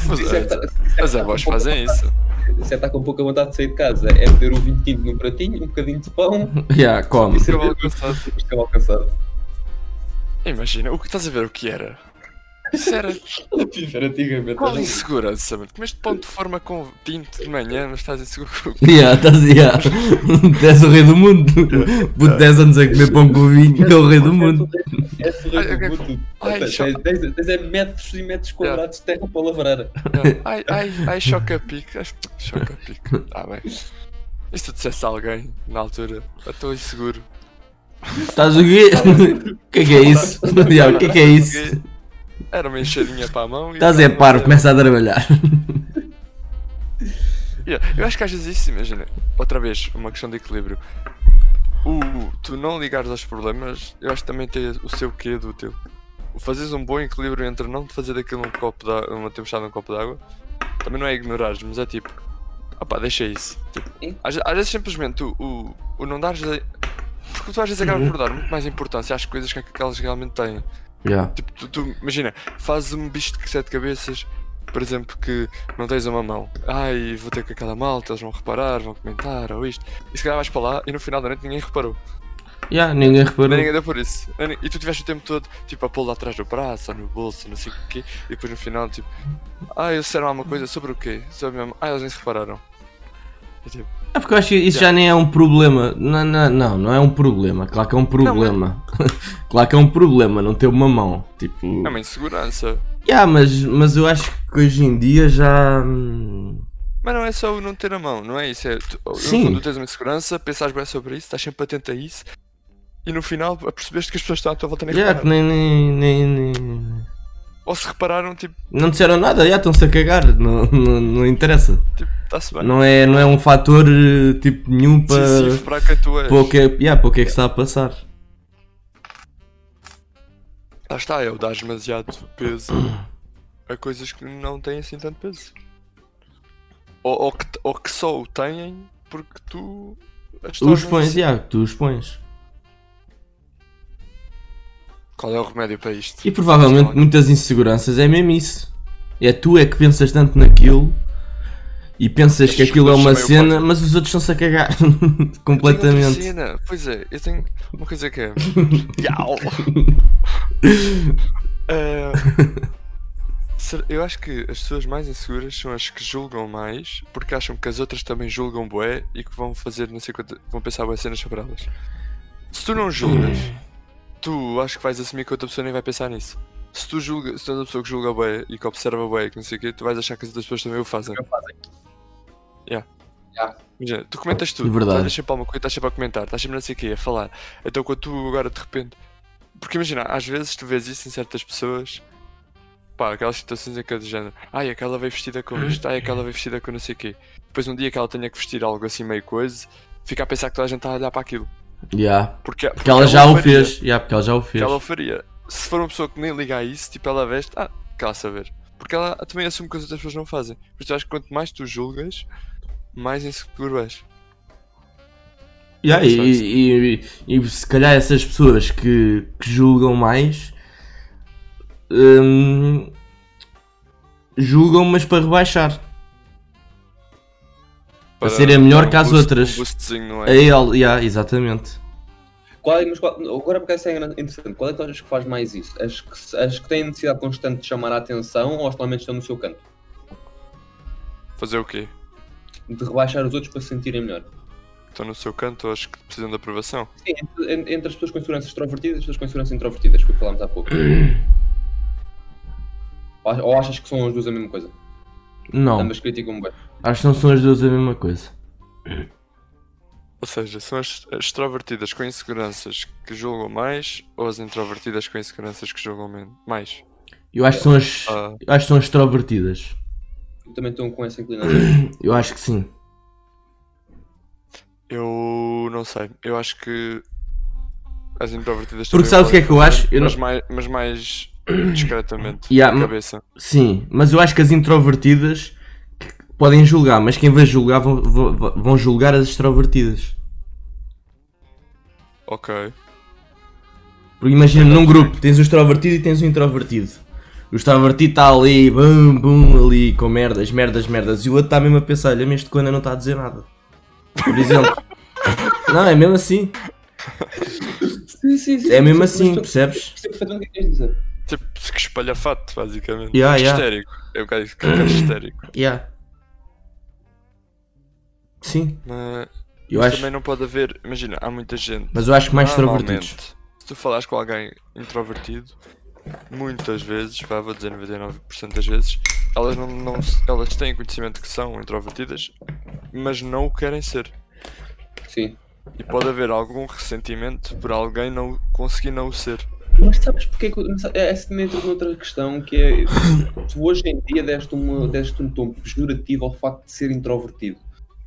Mas, Isso é que é- tá- mas avós fazem isso. Você está com pouca vontade de sair de casa. É beber um vinho tinto num pratinho, um bocadinho de pão Já, come. e cerveja. Cavalo cansado. Mas Acabou alcançado. Imagina, o que estás a ver o que era? Isso era Viver antigamente. qual é? era insegurança, mano? Comeste pão de forma com tinto de manhã, mas estás inseguro com o que Yeah, estás yeah. Tu és o rei do mundo. Puto, 10 anos a comer pão com vinho, é o rei do mundo. É o Ai, rei ok. do mundo. Ai, Tens- choque. tens- Tens é metros e metros quadrados de terra para lavrar. era. Ai, ai, ai, choca-pico. ai, Choca-pico. Ah, bem. E se tu dissesse a alguém, na altura, eu estou inseguro. Estás o quê? O que é que é isso? Yeah, O que é que é isso? Porque Era uma enxadinha para a mão e... Estás é paro, começa a trabalhar. Yeah, Eu acho que às vezes é isso, imagina, outra vez, uma questão de equilíbrio. O tu não ligares aos problemas, eu acho que também tem o seu quê do teu. O fazeres um bom equilíbrio entre não te fazer daquilo um copo de água, uma tempestade num copo de água, também não é ignorares, mas é tipo, opá, deixa isso. Tipo, Sim. às, às vezes simplesmente o, o, o não dares. a- Porque tu às vezes acabas por dar muito mais importância às coisas que aquelas realmente têm. Yeah. Tipo, tu, tu- imagina, fazes um bicho de sete cabeças, por exemplo, que não tens uma mão. Ai, vou ter com aquela malta, eles vão reparar, vão comentar, ou isto. E se calhar vais para lá e no final da noite ninguém reparou. Yeah, ninguém reparou. Nem ninguém deu por isso. Nem- E tu tiveste o tempo todo, tipo, a pô-lo atrás do braço, ou no bolso, não sei o quê. E depois no final, tipo, ai, eles disseram alguma coisa sobre o quê? Sobre mesmo. Ai, eles nem se repararam. E, tipo, É porque eu acho que isso já nem é um problema. Não, não, não, não é um problema. Claro que é um problema. claro que é um problema não ter uma mão. Tipo. é uma insegurança. Yeah, mas, mas eu acho que hoje em dia já. hum, Mas não é só o não ter a mão, não é isso. É, tu, no Sim. fundo tens uma insegurança, pensares bem sobre isso, estás sempre atento a isso e no final percebeste que as pessoas estão à tua volta nem Yeah, que repararam. nem, nem, nem, nem- Ou se repararam, tipo, Não disseram nada, já estão-se a cagar. Não, não, não interessa. tipo, está-se bem. Não é, não é um fator eh, tipo nenhum para. Decisivo para quem tu és. Para o que, é- yeah, para o que é que está a passar. Lá está, é o dar demasiado peso a coisas que não têm assim tanto peso. Ou, ou que, ou que só o têm porque tu as Os tornas pões, assim. yeah, tu os pões. Qual é o remédio para isto? E provavelmente muitas inseguranças é mesmo isso. É tu é que pensas tanto naquilo e pensas que Esses aquilo é outros uma são meio cena, mas os outros estão-se a cagar Tenho outra completamente. cena. Pois é, eu tenho uma coisa que é. Iau! Eh, ser- eu acho que as pessoas mais inseguras são as que julgam mais porque acham que as outras também julgam bué e que vão fazer não sei quanto, vão pensar bué cenas sobre elas. Se tu não julgas, tu acho que vais assumir que outra pessoa nem vai pensar nisso. Se tu julgas, se tu és uma pessoa que julga bué e que observa bué e que não sei o quê, tu vais achar que as outras pessoas também o fazem. Imagina, tu comentas tudo, De verdade. estás sempre alguma coisa, estás sempre a comentar, estás sempre não sei o quê, a falar. Então quando tu agora de repente. Porque imagina, às vezes tu vês isso em certas pessoas, pá, aquelas situações em que é do género, ai aquela veio vestida com isto, ai aquela veio vestida com não sei o quê. Depois um dia que ela tenha que vestir algo assim meio coisa, fica a pensar que toda a gente está a olhar para aquilo. Yeah. Porque, é Porque ela já o faria. fez. Yeah, porque ela já o Que fez. ela o faria. Se for uma pessoa que nem liga a isso, tipo, ela veste, ah, cá saber. Porque ela também assume que as outras pessoas não fazem. Mas eu acho que quanto mais tu julgas, mais inseguro és. Yeah, e, Só isso. e- e- e se calhar essas pessoas que, que julgam mais hum, julgam, mas para rebaixar. serem é melhor dar que as boost- outras. um boostzinho, não A é? ele, yeah, exatamente. Qual é, mas qual- agora porque isso é interessante, qual é que tu achas que faz mais isso? As que, se- as que têm necessidade constante de chamar a atenção ou as que normalmente estão no seu canto? Fazer o quê? De rebaixar os outros para se sentirem melhor? Estão no seu canto, acho que precisam de aprovação. Sim, entre, en- entre as pessoas com inseguranças extrovertidas e as pessoas com inseguranças introvertidas, que falámos há pouco. ou, ach- ou achas que são as duas a mesma coisa? Não, Ambas criticam bem. acho que não são as duas a mesma coisa. Ou seja, são as as extrovertidas com inseguranças que julgam mais ou as introvertidas com inseguranças que julgam men- mais? Eu acho que são as, Ah. eu acho que são as extrovertidas. Eu também estou com essa inclinação. Eu acho que sim. Eu não sei. Eu acho que as introvertidas Porque também sabes o que é podem que eu fazer, acho? Eu mas, não- mais, mas mais discretamente. Yeah, de ma- cabeça. Sim, mas eu acho que as introvertidas que podem julgar, mas quem vai julgar vão, vão- vão julgar as extrovertidas. Ok. Porque imagina num grupo tens o extrovertido e tens o introvertido. O extrovertido está ali, bum, bum, ali, com merdas, merdas, merdas. E o outro está mesmo a pensar, olha, mas este coelho não está a dizer nada. Por exemplo. não, é mesmo assim. sim, sim, sim. É mesmo Mas assim, tu- percebes? Percebo perfeitamente o que é que queres dizer. Tipo, se que espalhafato, basicamente. Yeah, yeah. histérico. É um bocado isso que é histérico. Yeah. Sim, Mas, eu mas acho. também não pode haver. Imagina, há muita gente. Mas eu acho que mais extrovertidos. normalmente, Se tu falares com alguém introvertido, muitas vezes, vá, vou dizer 99% das vezes, elas, não, não se- elas têm conhecimento que são introvertidas, mas não o querem ser. Sim. E pode haver algum ressentimento por alguém não conseguir não o ser. Mas sabes porque é que. eu- sa- Essa também entra noutra questão que é. Tu hoje em dia deste, uma, deste um tom pejorativo ao facto de ser introvertido.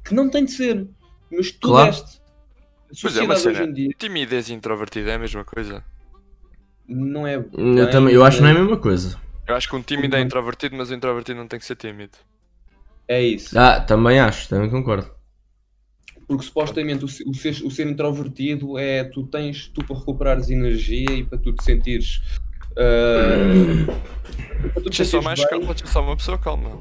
Que não tem de ser. Mas tu Claro. deste. A Pois é, uma sociedade cena. hoje em dia Timidez e introvertido é a mesma coisa. não é. Eu, também, eu acho que não é a mesma coisa. Eu acho que um tímido é Uhum. introvertido, mas o introvertido não tem que ser tímido. É isso. Ah, também acho, também concordo. Porque supostamente o, se- o ser, o ser introvertido é tu tens tu para recuperares energia e para tu te sentires. ah, para tu te Deixa só sentires mais bem. calma, deixa só uma pessoa calma.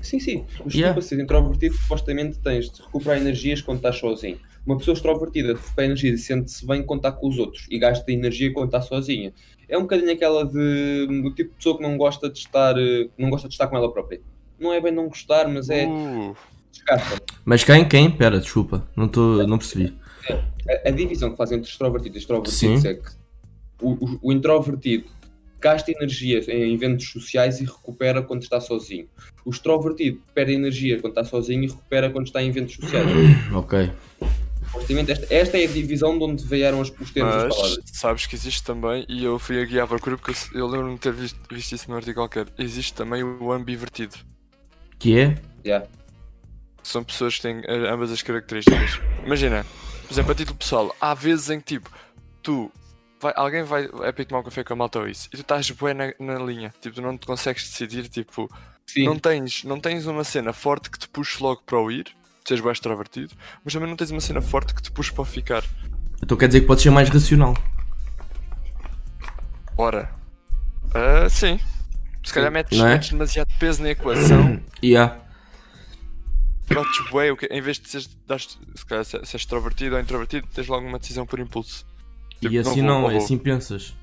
Sim, sim. Mas Yeah. tu, para seres introvertido, supostamente tens de recuperar energias quando estás sozinho. Uma pessoa extrovertida recupera energias e sente-se bem quando está com os outros e gasta energia quando está sozinha. É um bocadinho aquela de do tipo de pessoa que não gosta de estar, eh, não gosta de estar com ela própria. Não é bem não gostar, mas é Uh, desgasta. Mas quem? Quem? Pera, desculpa, não, tô, não percebi. A, a divisão que fazem entre extrovertido e extrovertido Sim. é que o, o- o introvertido gasta energia em eventos sociais e recupera quando está sozinho. O extrovertido perde energia quando está sozinho e recupera quando está em eventos sociais. Ok. Supostamente, esta, esta é a divisão de onde vieram os, os termos das mas palavras. sabes que existe também, e eu fui aqui à procura porque eu, se- eu lembro-me de ter visto, visto isso num artigo qualquer. Existe também o ambivertido. Que é? Yeah. São pessoas que têm eh, ambas as características. Imagina, por exemplo, a título pessoal, há vezes em que tipo, tu. Vai, alguém vai é para ir tomar um café com a malta ou isso, e tu estás bué na, na linha, tipo, tu não te consegues decidir, tipo, Sim, não tens, não tens uma cena forte que te puxe logo para o ir, seres bem extrovertido, mas também não tens uma cena forte que te puxe para o ficar. Então quer dizer que pode ser mais racional. Ora, ah, sim, se calhar metes, Não é? metes demasiado peso na equação, Yeah. notes bué, o tipo, é, que- em vez de seres, das, se calhar, se, se és extrovertido ou introvertido, tens logo uma decisão por impulso. Tipo, E vou, assim não, vou. é assim pensas.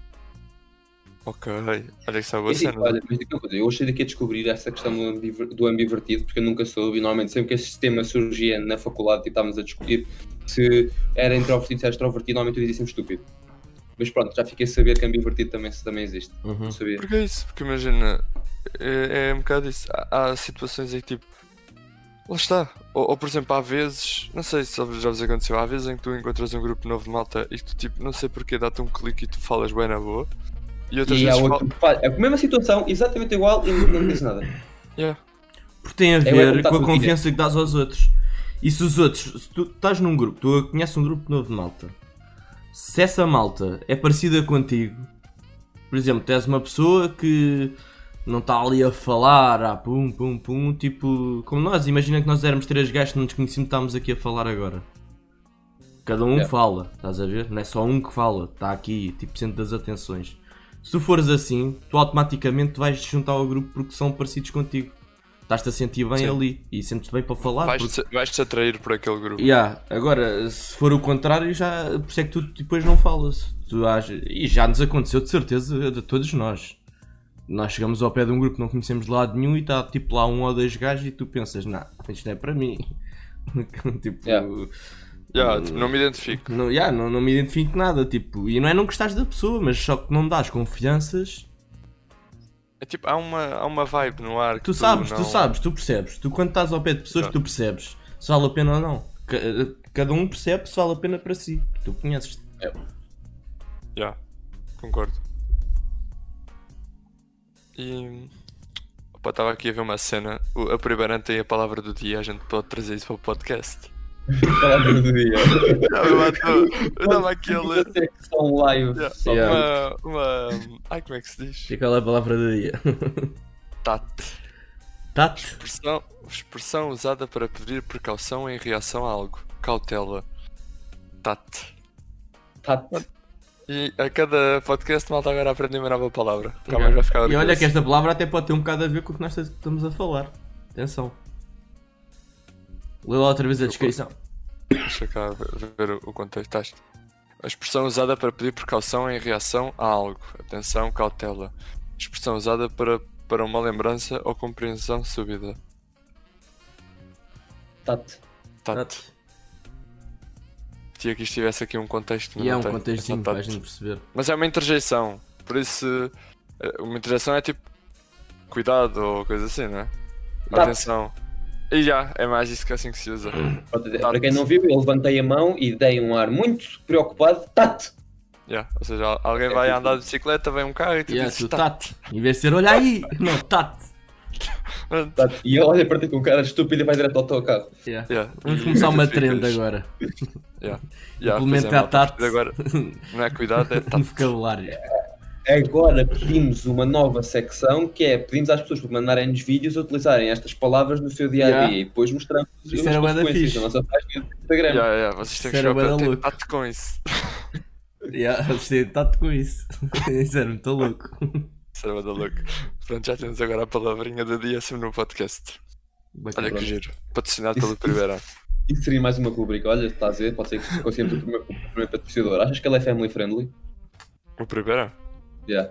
Ok, olha que sabe a Mas, sim, cena. É assim, olha, mas digo uma coisa, eu achei daqui a descobrir essa questão do, ambiver- do ambivertido, porque eu nunca soube, e normalmente sempre que esse tema surgia na faculdade e estávamos a discutir se era introvertido, se era extrovertido, normalmente eu dizia sempre estúpido. Mas pronto, já fiquei a saber que ambivertido também, também existe. Uhum. Hum. Não sabia. Porque é isso, porque imagina, é, é um bocado isso. Há, há situações em que tipo, Lá está. Ou, ou, por exemplo, há vezes, não sei se já vos aconteceu, há vezes em que tu encontras um grupo novo de malta e tu, tipo, não sei porquê, dá-te um clique e tu falas bem na boa. E outras E há vezes. outro que faz a mesma situação, exatamente igual, e não diz nada. fal- Yeah. Porque tem a como ver estás com no a dia. confiança que dás aos outros. E se os outros, se tu estás num grupo, tu conheces um grupo novo de malta, se essa malta é parecida contigo, por exemplo, tens uma pessoa que não está ali a falar, ah, pum, pum, pum, tipo, como nós, imagina que nós éramos três gajos que não nos conhecíamos, estávamos aqui a falar agora. Cada um Yeah. fala, estás a ver? Não é só um que fala, está aqui, tipo, centro das atenções. Se tu fores assim, tu automaticamente vais te juntar ao grupo porque são parecidos contigo. Estás-te a sentir bem Sim. ali e sentes-te bem para Ah, falar. porque- Vais-te vais -te atrair por aquele grupo. Yeah, agora, se for o contrário, já por isso é que tu depois não falas. Tu age- e já nos aconteceu de certeza de todos nós. Nós chegamos ao pé de um grupo que não conhecemos de lado nenhum e está tipo lá um ou dois gajos e tu pensas, não, isto não é para mim. tipo, Yeah. Yeah, tipo, não me identifico. não, yeah, não, não me identifico nada. Tipo, e não é não gostares da pessoa, mas só que não dás confianças É tipo, há uma, há uma vibe no ar. que Tu sabes, tu não- sabes, tu percebes. Tu quando estás ao pé de pessoas, Exato. tu percebes se vale a pena ou não. Ca- Cada um percebe se vale a pena para si. Tu conheces. Yeah, concordo. E. Estava aqui a ver uma cena. O- A primeira tem a palavra do dia, a gente pode trazer isso para o podcast. Palavra do dia. Não, eu à toa. Eu estava aqui a ler São um live. Yeah. Só Yeah. para- uma, uma. Ai, como é que se diz? Fica lá a palavra do dia. Tate. Tato. Expressão, expressão usada para pedir precaução em reação a algo. Cautela. Tate. Tato. E a cada podcast, malta agora aprende uma nova palavra. Cá mais vai ficar E olha orgulhoso. que esta palavra até pode ter um bocado a ver com o que nós estamos a falar. Atenção. Lê lá outra vez a descrição. Deixa cá ver ver o contexto. Tá, isto- A expressão usada para pedir precaução em reação a algo. Atenção, cautela. Expressão usada para, para uma lembrança ou compreensão subida. Tato. Tato. Tá, Tinha que isto tivesse aqui um contexto. mas E é não um tem. só contextinho tato. para a gente perceber. Mas é uma interjeição. Por isso, eh, uma interjeição é tipo cuidado ou coisa assim, não é? Tato. Atenção. E já, é mais isso que assim que se usa. Pronto, Para quem não viu, eu levantei a mão e dei um ar muito preocupado. Tato. Já, Ou seja, al- alguém vai tipo- andar de bicicleta, vem um carro e tu E é dizes tu, "Tato". Tato. Em vez de ser, olha aí. Não, Tato. Tato. E eu olhei para ti com um cara estúpido e vai direto ao teu carro. Yeah. Yeah. Vamos E começar uma identificas. trend agora. Yeah. Yeah, Implementar pois é, malta, Tato. porque Agora, não é cuidado, é No tato. vocabulário. Agora pedimos uma nova secção que é pedimos às pessoas para mandarem-nos vídeos a utilizarem estas palavras no seu dia a dia Yeah. e depois mostramos Isso era bué da fixe. na nossa página do Instagram. yeah, yeah, vocês têm que Isso era chegar para bué ter louco. tato com isso. Yeah, você tá com isso. Isso era muito louco. Isso era bué da louco. Pronto, já temos agora a palavrinha do dia sempre no podcast. Olha Bacana. que giro. Patrocinado pelo primeiro ano. Isso seria mais uma rubrica. Olha, estás a ver? Pode ser que consigamos o primeiro, o primeiro patrocinador. Achas que ele é family friendly? O primeiro? Yeah.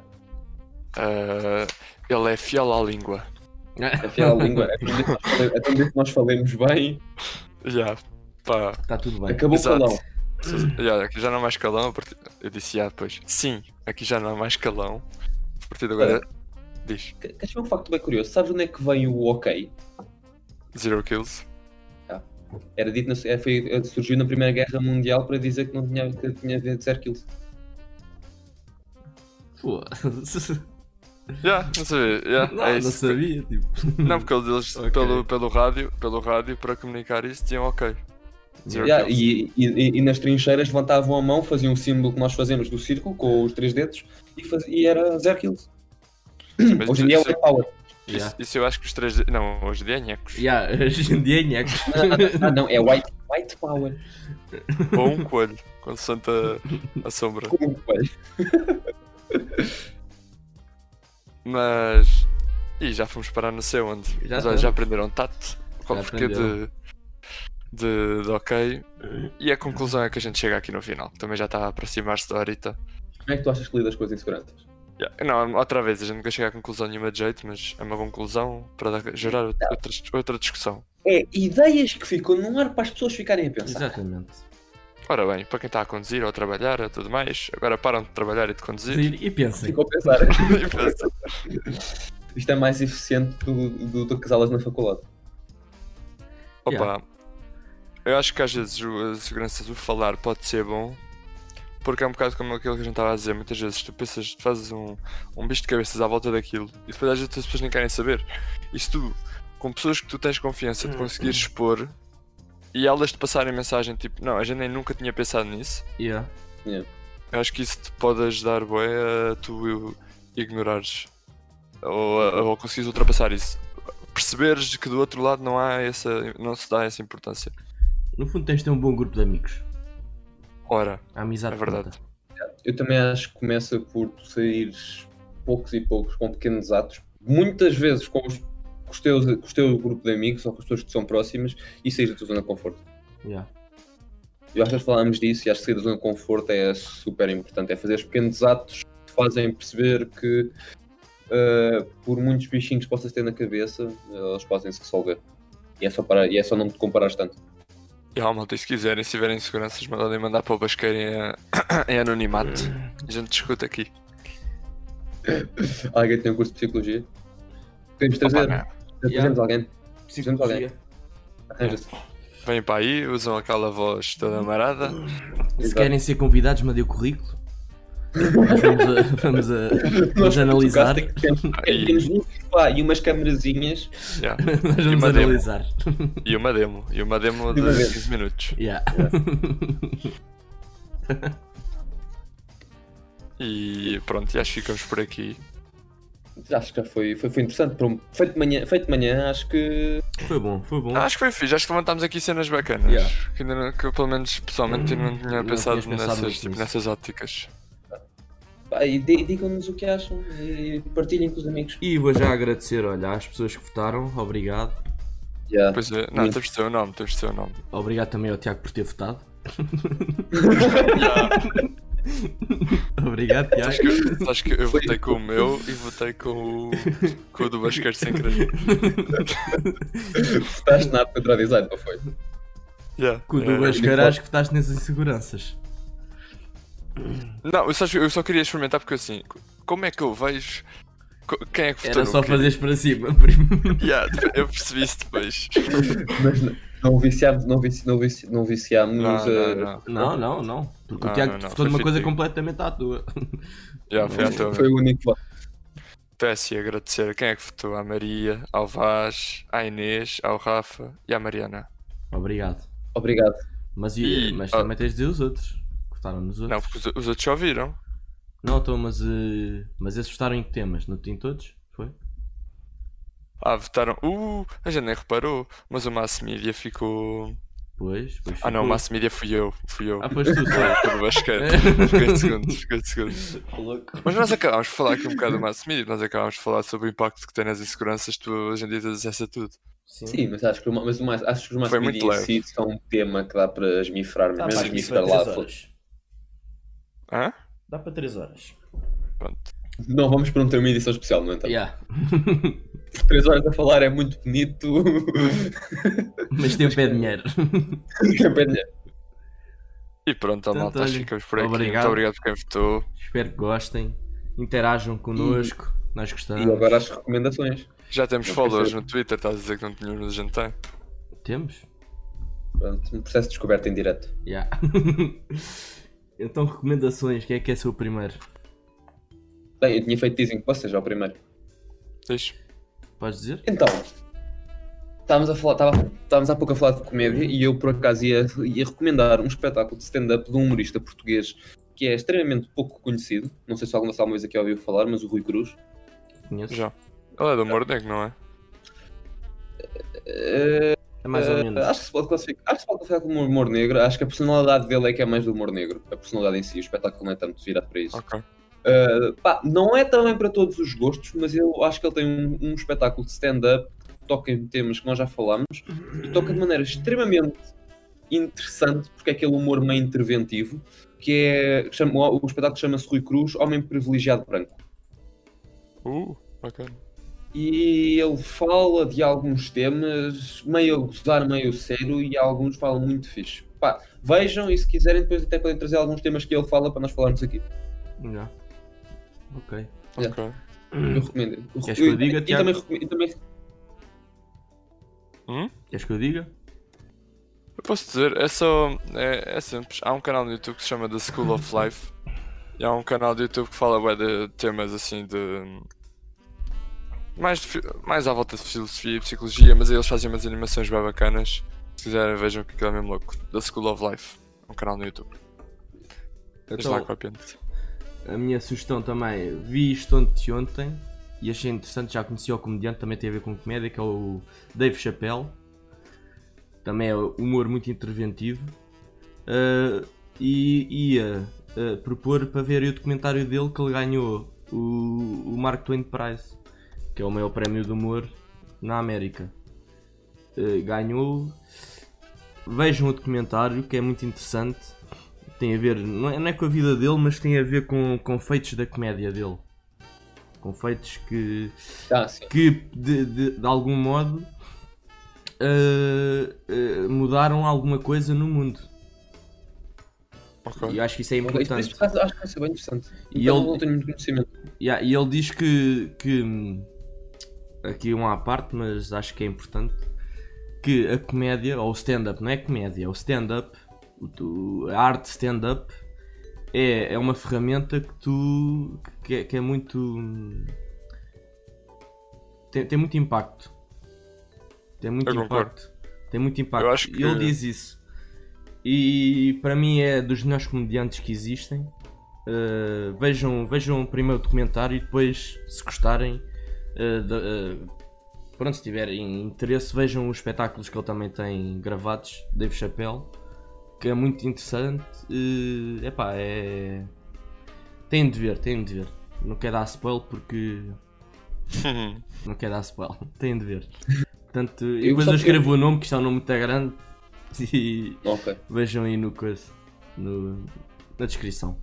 Ah, ele é fiel à língua. É fiel à língua. É aprender que nós fale- aprender que nós falemos bem. Já, pá. Está Tá tudo bem. Acabou o Exato. calão. Já, aqui já não há mais calão. a partir- Eu disse já, pois. Sim, aqui já não há mais calão. A partir de agora, É. diz Que- Queres ver um facto bem curioso? Sabes onde é que vem o ok? zero kills. Era dito, na- é, foi, eh, surgiu na Primeira Guerra Mundial para dizer que não tinha, que tinha a ver de 0 quilos. Pô. Já, não sabia. já, Não, é não isso. sabia. Tipo. Não, porque eles Ok. pelo, pelo, rádio, pelo rádio para comunicar isso diziam ok. Zero Yeah, kills. e, e- e nas trincheiras levantavam a mão, faziam o símbolo que nós fazemos do círculo com os três dedos e, faz- e era 0 quilos. Mas Hoje em dia é o isso, white power. isso, Yeah. isso eu acho que os três. Não, hoje em dia é nhecos. Yeah, hoje em dia é nheco. Ah, não, é white, white power. Ou um coelho, com santa a sombra. Como que vai? Mas. E já fomos parar não sei onde. Já Mas olha, Já, estamos. aprenderam tato. Qual Já porquê de, aprenderam. de, de ok. E a conclusão é que a gente chega aqui no final. que Também já está a aproximar-se da horita. Como é que tu achas que lidas com as inseguranças? Yeah, Não, outra vez, a gente nunca chega a conclusão nenhuma de jeito, mas é uma conclusão para dar- gerar outra, outra discussão. É ideias que ficam no ar para as pessoas ficarem a pensar. Exatamente. Ora bem, para quem está a conduzir ou a trabalhar ou tudo mais, agora param de trabalhar e de conduzir. E pensem. Ficam a pensar. E pensam, Isto é mais eficiente do, do, do que as aulas na faculdade. Opa, Yeah. eu acho que às vezes o- a segurança do falar pode ser bom, porque é um bocado como aquilo que a gente estava a dizer. Muitas vezes tu pensas, tu fazes um, um bicho de cabeças à volta daquilo e depois às vezes as pessoas nem querem saber. E se tu, com pessoas que tu tens confiança de conseguir expor e elas te passarem mensagem tipo, não, a gente nem nunca tinha pensado nisso, Yeah. eu acho que isso te pode ajudar, boé, a tu ignorares ou, a- ou conseguires ultrapassar isso. Perceberes que do outro lado não há essa, não se dá essa importância. No fundo tens de ter um bom grupo de amigos. Ora, A amizade É verdade. conta. Eu também acho que começa por tu saíres poucos e poucos com pequenos atos, muitas vezes com os, com os teus, com o teu grupo de amigos ou com as pessoas que te são próximas e sair da tua zona de conforto. Yeah. Eu acho que nós falámos disso e acho que sair da zona de conforto é super importante. É fazer os pequenos atos que te fazem perceber que, eh, por muitos bichinhos que possas ter na cabeça, eles podem se resolver. E é só, parar, e é só não te comparares tanto. E ah, malta, e se quiserem, se tiverem seguranças, mandem mandar para o Basqueiro em, em anonimato. A gente discute aqui. Alguém tem um curso de psicologia? Podemos trazer? Opa, Trazemos alguém? Psicologia. Arranja-se. Vêm para aí, usam aquela voz toda amarada. Se Exato. querem ser convidados, mandei o currículo. Nós vamos a, vamos a- vamos um a analisar. Por acaso, tem- tem- E- Temos um sofá e umas camerazinhas. Yeah. Nós E vamos uma demo. analisar. E uma demo. E uma demo de uma demo. 15 minutos. Yeah. E pronto, e acho que ficamos por aqui. Acho que já foi, foi, foi interessante. Para um- feito, de manhã, feito de manhã, acho que. Foi bom, foi bom. Ah, acho que foi fixe, acho que levantámos aqui cenas bacanas. Yeah. Que, ainda não- que eu, pelo menos, pessoalmente, ainda não tinha Não pensado, tinhas pensado nessas, nisso. tipo, nessas ópticas. Pá, e di- digam-nos o que acham e partilhem com os amigos. E vou já agradecer, olha, às pessoas que votaram, obrigado. Yeah. Pois é, não, Sim. temos de ter o nome, temos de ter o nome. Obrigado também ao Tiago por ter votado. Yeah. Obrigado, Tiago. Acho que, acho que eu votei com o meu e votei com o, com o do Basqueiro sem querer. Votaste nada contra a design, não foi? Yeah. Com o Yeah. do Basqueiro, acho que votaste nessas inseguranças. Não, eu só, eu só queria experimentar porque assim, co- como é que eu vejo co- quem é que votou Era no só quê? fazeres para cima. primo. Yeah, depois- eu percebi isso depois. Mas não, não viciámos, não vici, não vici, não viciámos eh, a. Não, não, não. Não, não, não. Porque Não, o Tiago não, não, foi votou numa coisa fictício. completamente à toa. Yeah, foi à toa. Foi o único voto. Peço e agradecer a quem é que votou? À Maria, ao Vaz, à Inês, ao Rafa e à Mariana. Obrigado. Obrigado. Mas, e- E- mas ah. também tens de dizer os outros. Votaram nos Não, outros. porque os, os outros já ouviram. Não, então, mas, eh, mas esses votaram em que temas? Não tem todos? Foi? Ah, votaram. Uh, a gente nem reparou, mas o Mass Media ficou. Pois, pois. Ah, não, o ficou. Mass Media fui eu. Fui eu. Ah, foste tu, só. Ah, tudo bem, esquece. Fiquei de segundo, fiquei de segundo. Tá louco. Mas nós acabámos de falar aqui um bocado do mass media, nós acabámos de falar sobre o impacto que tem nas inseguranças, tu hoje em dia tens acesso a tudo. Sim, mas acho que, o ma- mas o mais, acho que os mais Foi muito media em si são um tema que dá para esmifrar, Dá mesmo para aqui esmifrar para lá. 3 é horas. Hã? Dá para 3 horas. Pronto. Não vamos para um ter uma edição especial, não é? Então, Yeah. 3 horas a falar é muito bonito. Mas tempo é dinheiro. E pronto, ó, Portanto, malta, acho que olha, ficamos por aqui. obrigado. Muito obrigado por quem votou. Espero que gostem. Interajam connosco. Nós gostamos. e agora as recomendações. Já temos Não followers percebo. no Twitter, estás a dizer que não tínhamos, mas a gente tem. Temos? Pronto, um processo de descoberta em direto. Yeah. então, recomendações. Quem é que é seu primeiro? Bem, eu tinha feito teasing para vocês ao primeiro. Diz. Podes dizer? Então, estávamos, a falar, estava, estávamos há pouco a falar de comédia e eu por acaso ia, ia recomendar um espetáculo de stand-up de um humorista português que é extremamente pouco conhecido. Não sei se alguma alguma vez aqui ouviu falar, mas o Rui Cruz. Conheço. Já. Ele é Ah. do Humor Negro, não é? É mais ou Eh, menos. Acho que se pode classificar, acho que se pode classificar como humor negro. Acho que a personalidade dele é que é mais do humor negro. A personalidade em si, o espetáculo não é tanto virado para isso. Ok. Uh, pá, não é também para todos os gostos, mas eu acho que ele tem um, um espetáculo de stand-up que toca em temas que nós já falámos e toca de maneira extremamente interessante, porque é aquele humor meio interventivo, que é. que chama- o espetáculo chama-se Rui Cruz, Homem Privilegiado Branco. Uh, bacana. E ele fala de alguns temas, meio a gozar, meio sério, e alguns falam muito fixe. Pá, vejam e se quiserem, depois até podem trazer alguns temas que ele fala para nós falarmos aqui. Já. Ok. Yeah. Ok. Eu recomendo. Hum. Queres que eu diga, e, Tiago? também, recome- e também Hum? Queres que eu diga? Eu posso dizer, é só. É, é simples. Há um canal no YouTube que se chama The School of Life. E há um canal do YouTube que fala bué de temas assim de. Mais, de fi- mais à volta de filosofia e psicologia, mas aí eles fazem umas animações bem bacanas. Se quiserem, vejam que aquilo é mesmo louco. The School of Life. É um canal no YouTube. Deixa lá Então, com a pente. a minha sugestão também, vi isto ontem, ontem e achei interessante, já conheci o comediante, também tem a ver com comédia, que é o Dave Chappelle. Também é humor muito interventivo. Ah, e ia ah, propor para ver o documentário dele que ele ganhou o, o Mark Twain Prize, que é o maior prémio de humor na América. Ah, ganhou. Vejam o documentário que é muito interessante tem a ver, não é, não é com a vida dele, mas tem a ver com, com feitos da comédia dele. Com feitos que, Ah, sim. que de, de, de algum modo ah, ah, mudaram alguma coisa no mundo. E Ok. eu acho que isso é Ok, Isso, por importante. isso, por acaso, acho que vai ser bem interessante. E E eu ele- não tenho muito conhecimento. Yeah, e ele diz que, que, hum, aqui um à parte, mas acho que é importante que a comédia, ou o stand-up, não é comédia, é o stand-up, o tu- a arte stand-up é, é uma ferramenta que tu que é, que é muito hum, tem, tem muito impacto. Tem muito Eu concordo. impacto. Tem muito impacto. Eu acho E Ele que- diz isso. E para mim é dos melhores comediantes que existem. Uh, vejam, vejam primeiro o documentário e depois, se gostarem, uh, da- uh, pronto, se tiverem interesse, vejam os espetáculos que ele também tem gravados, Dave Chappelle, que é muito interessante. Uh, epá, é. Tem de ver, tem de ver. Não quero dar spoiler porque. Não quero dar spoiler, tem de ver. Portanto, e depois eu gostava de ver. escrevo o nome, que está um nome muito grande, e Ok. vejam aí no coisa, no- na descrição.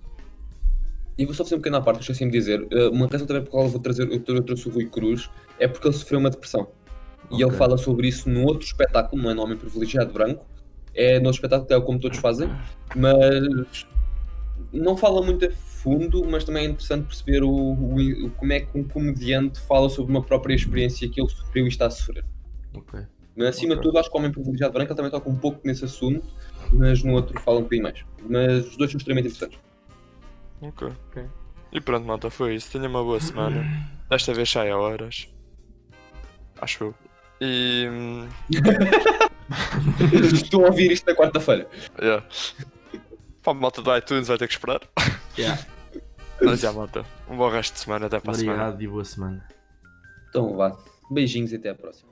E vou só fazer um pequeno à parte, deixa me dizer. Uh, Uma razão também por qual eu vou trazer, eu trou- eu trouxe o Rui Cruz, é porque ele sofreu uma depressão. E ele Ok. fala sobre isso no outro espetáculo, não é no Homem Privilegiado Branco. É no outro espetáculo que é o Como Todos Fazem, mas não fala muito a fundo, mas também é interessante perceber o, o- o- como é que um comediante fala sobre uma própria experiência que ele sofreu e está a sofrer. Ok. Mas acima Ok. de tudo, acho que o Homem Privilegiado Branco ele também toca um pouco nesse assunto, mas no outro fala um bocadinho mais. Mas os dois são extremamente interessantes. Ok. Ok. E pronto, malta, foi isso. Tenha uma boa semana. Desta vez sai a horas. Acho eu. E. hum, Estou a ouvir isto na quarta-feira. Yeah. Para a malta do iTunes vai ter que esperar. Yeah. Mas já, malta. Um bom resto de semana. Até para a semana. Obrigado e boa semana. Então vá. Beijinhos e até a próxima.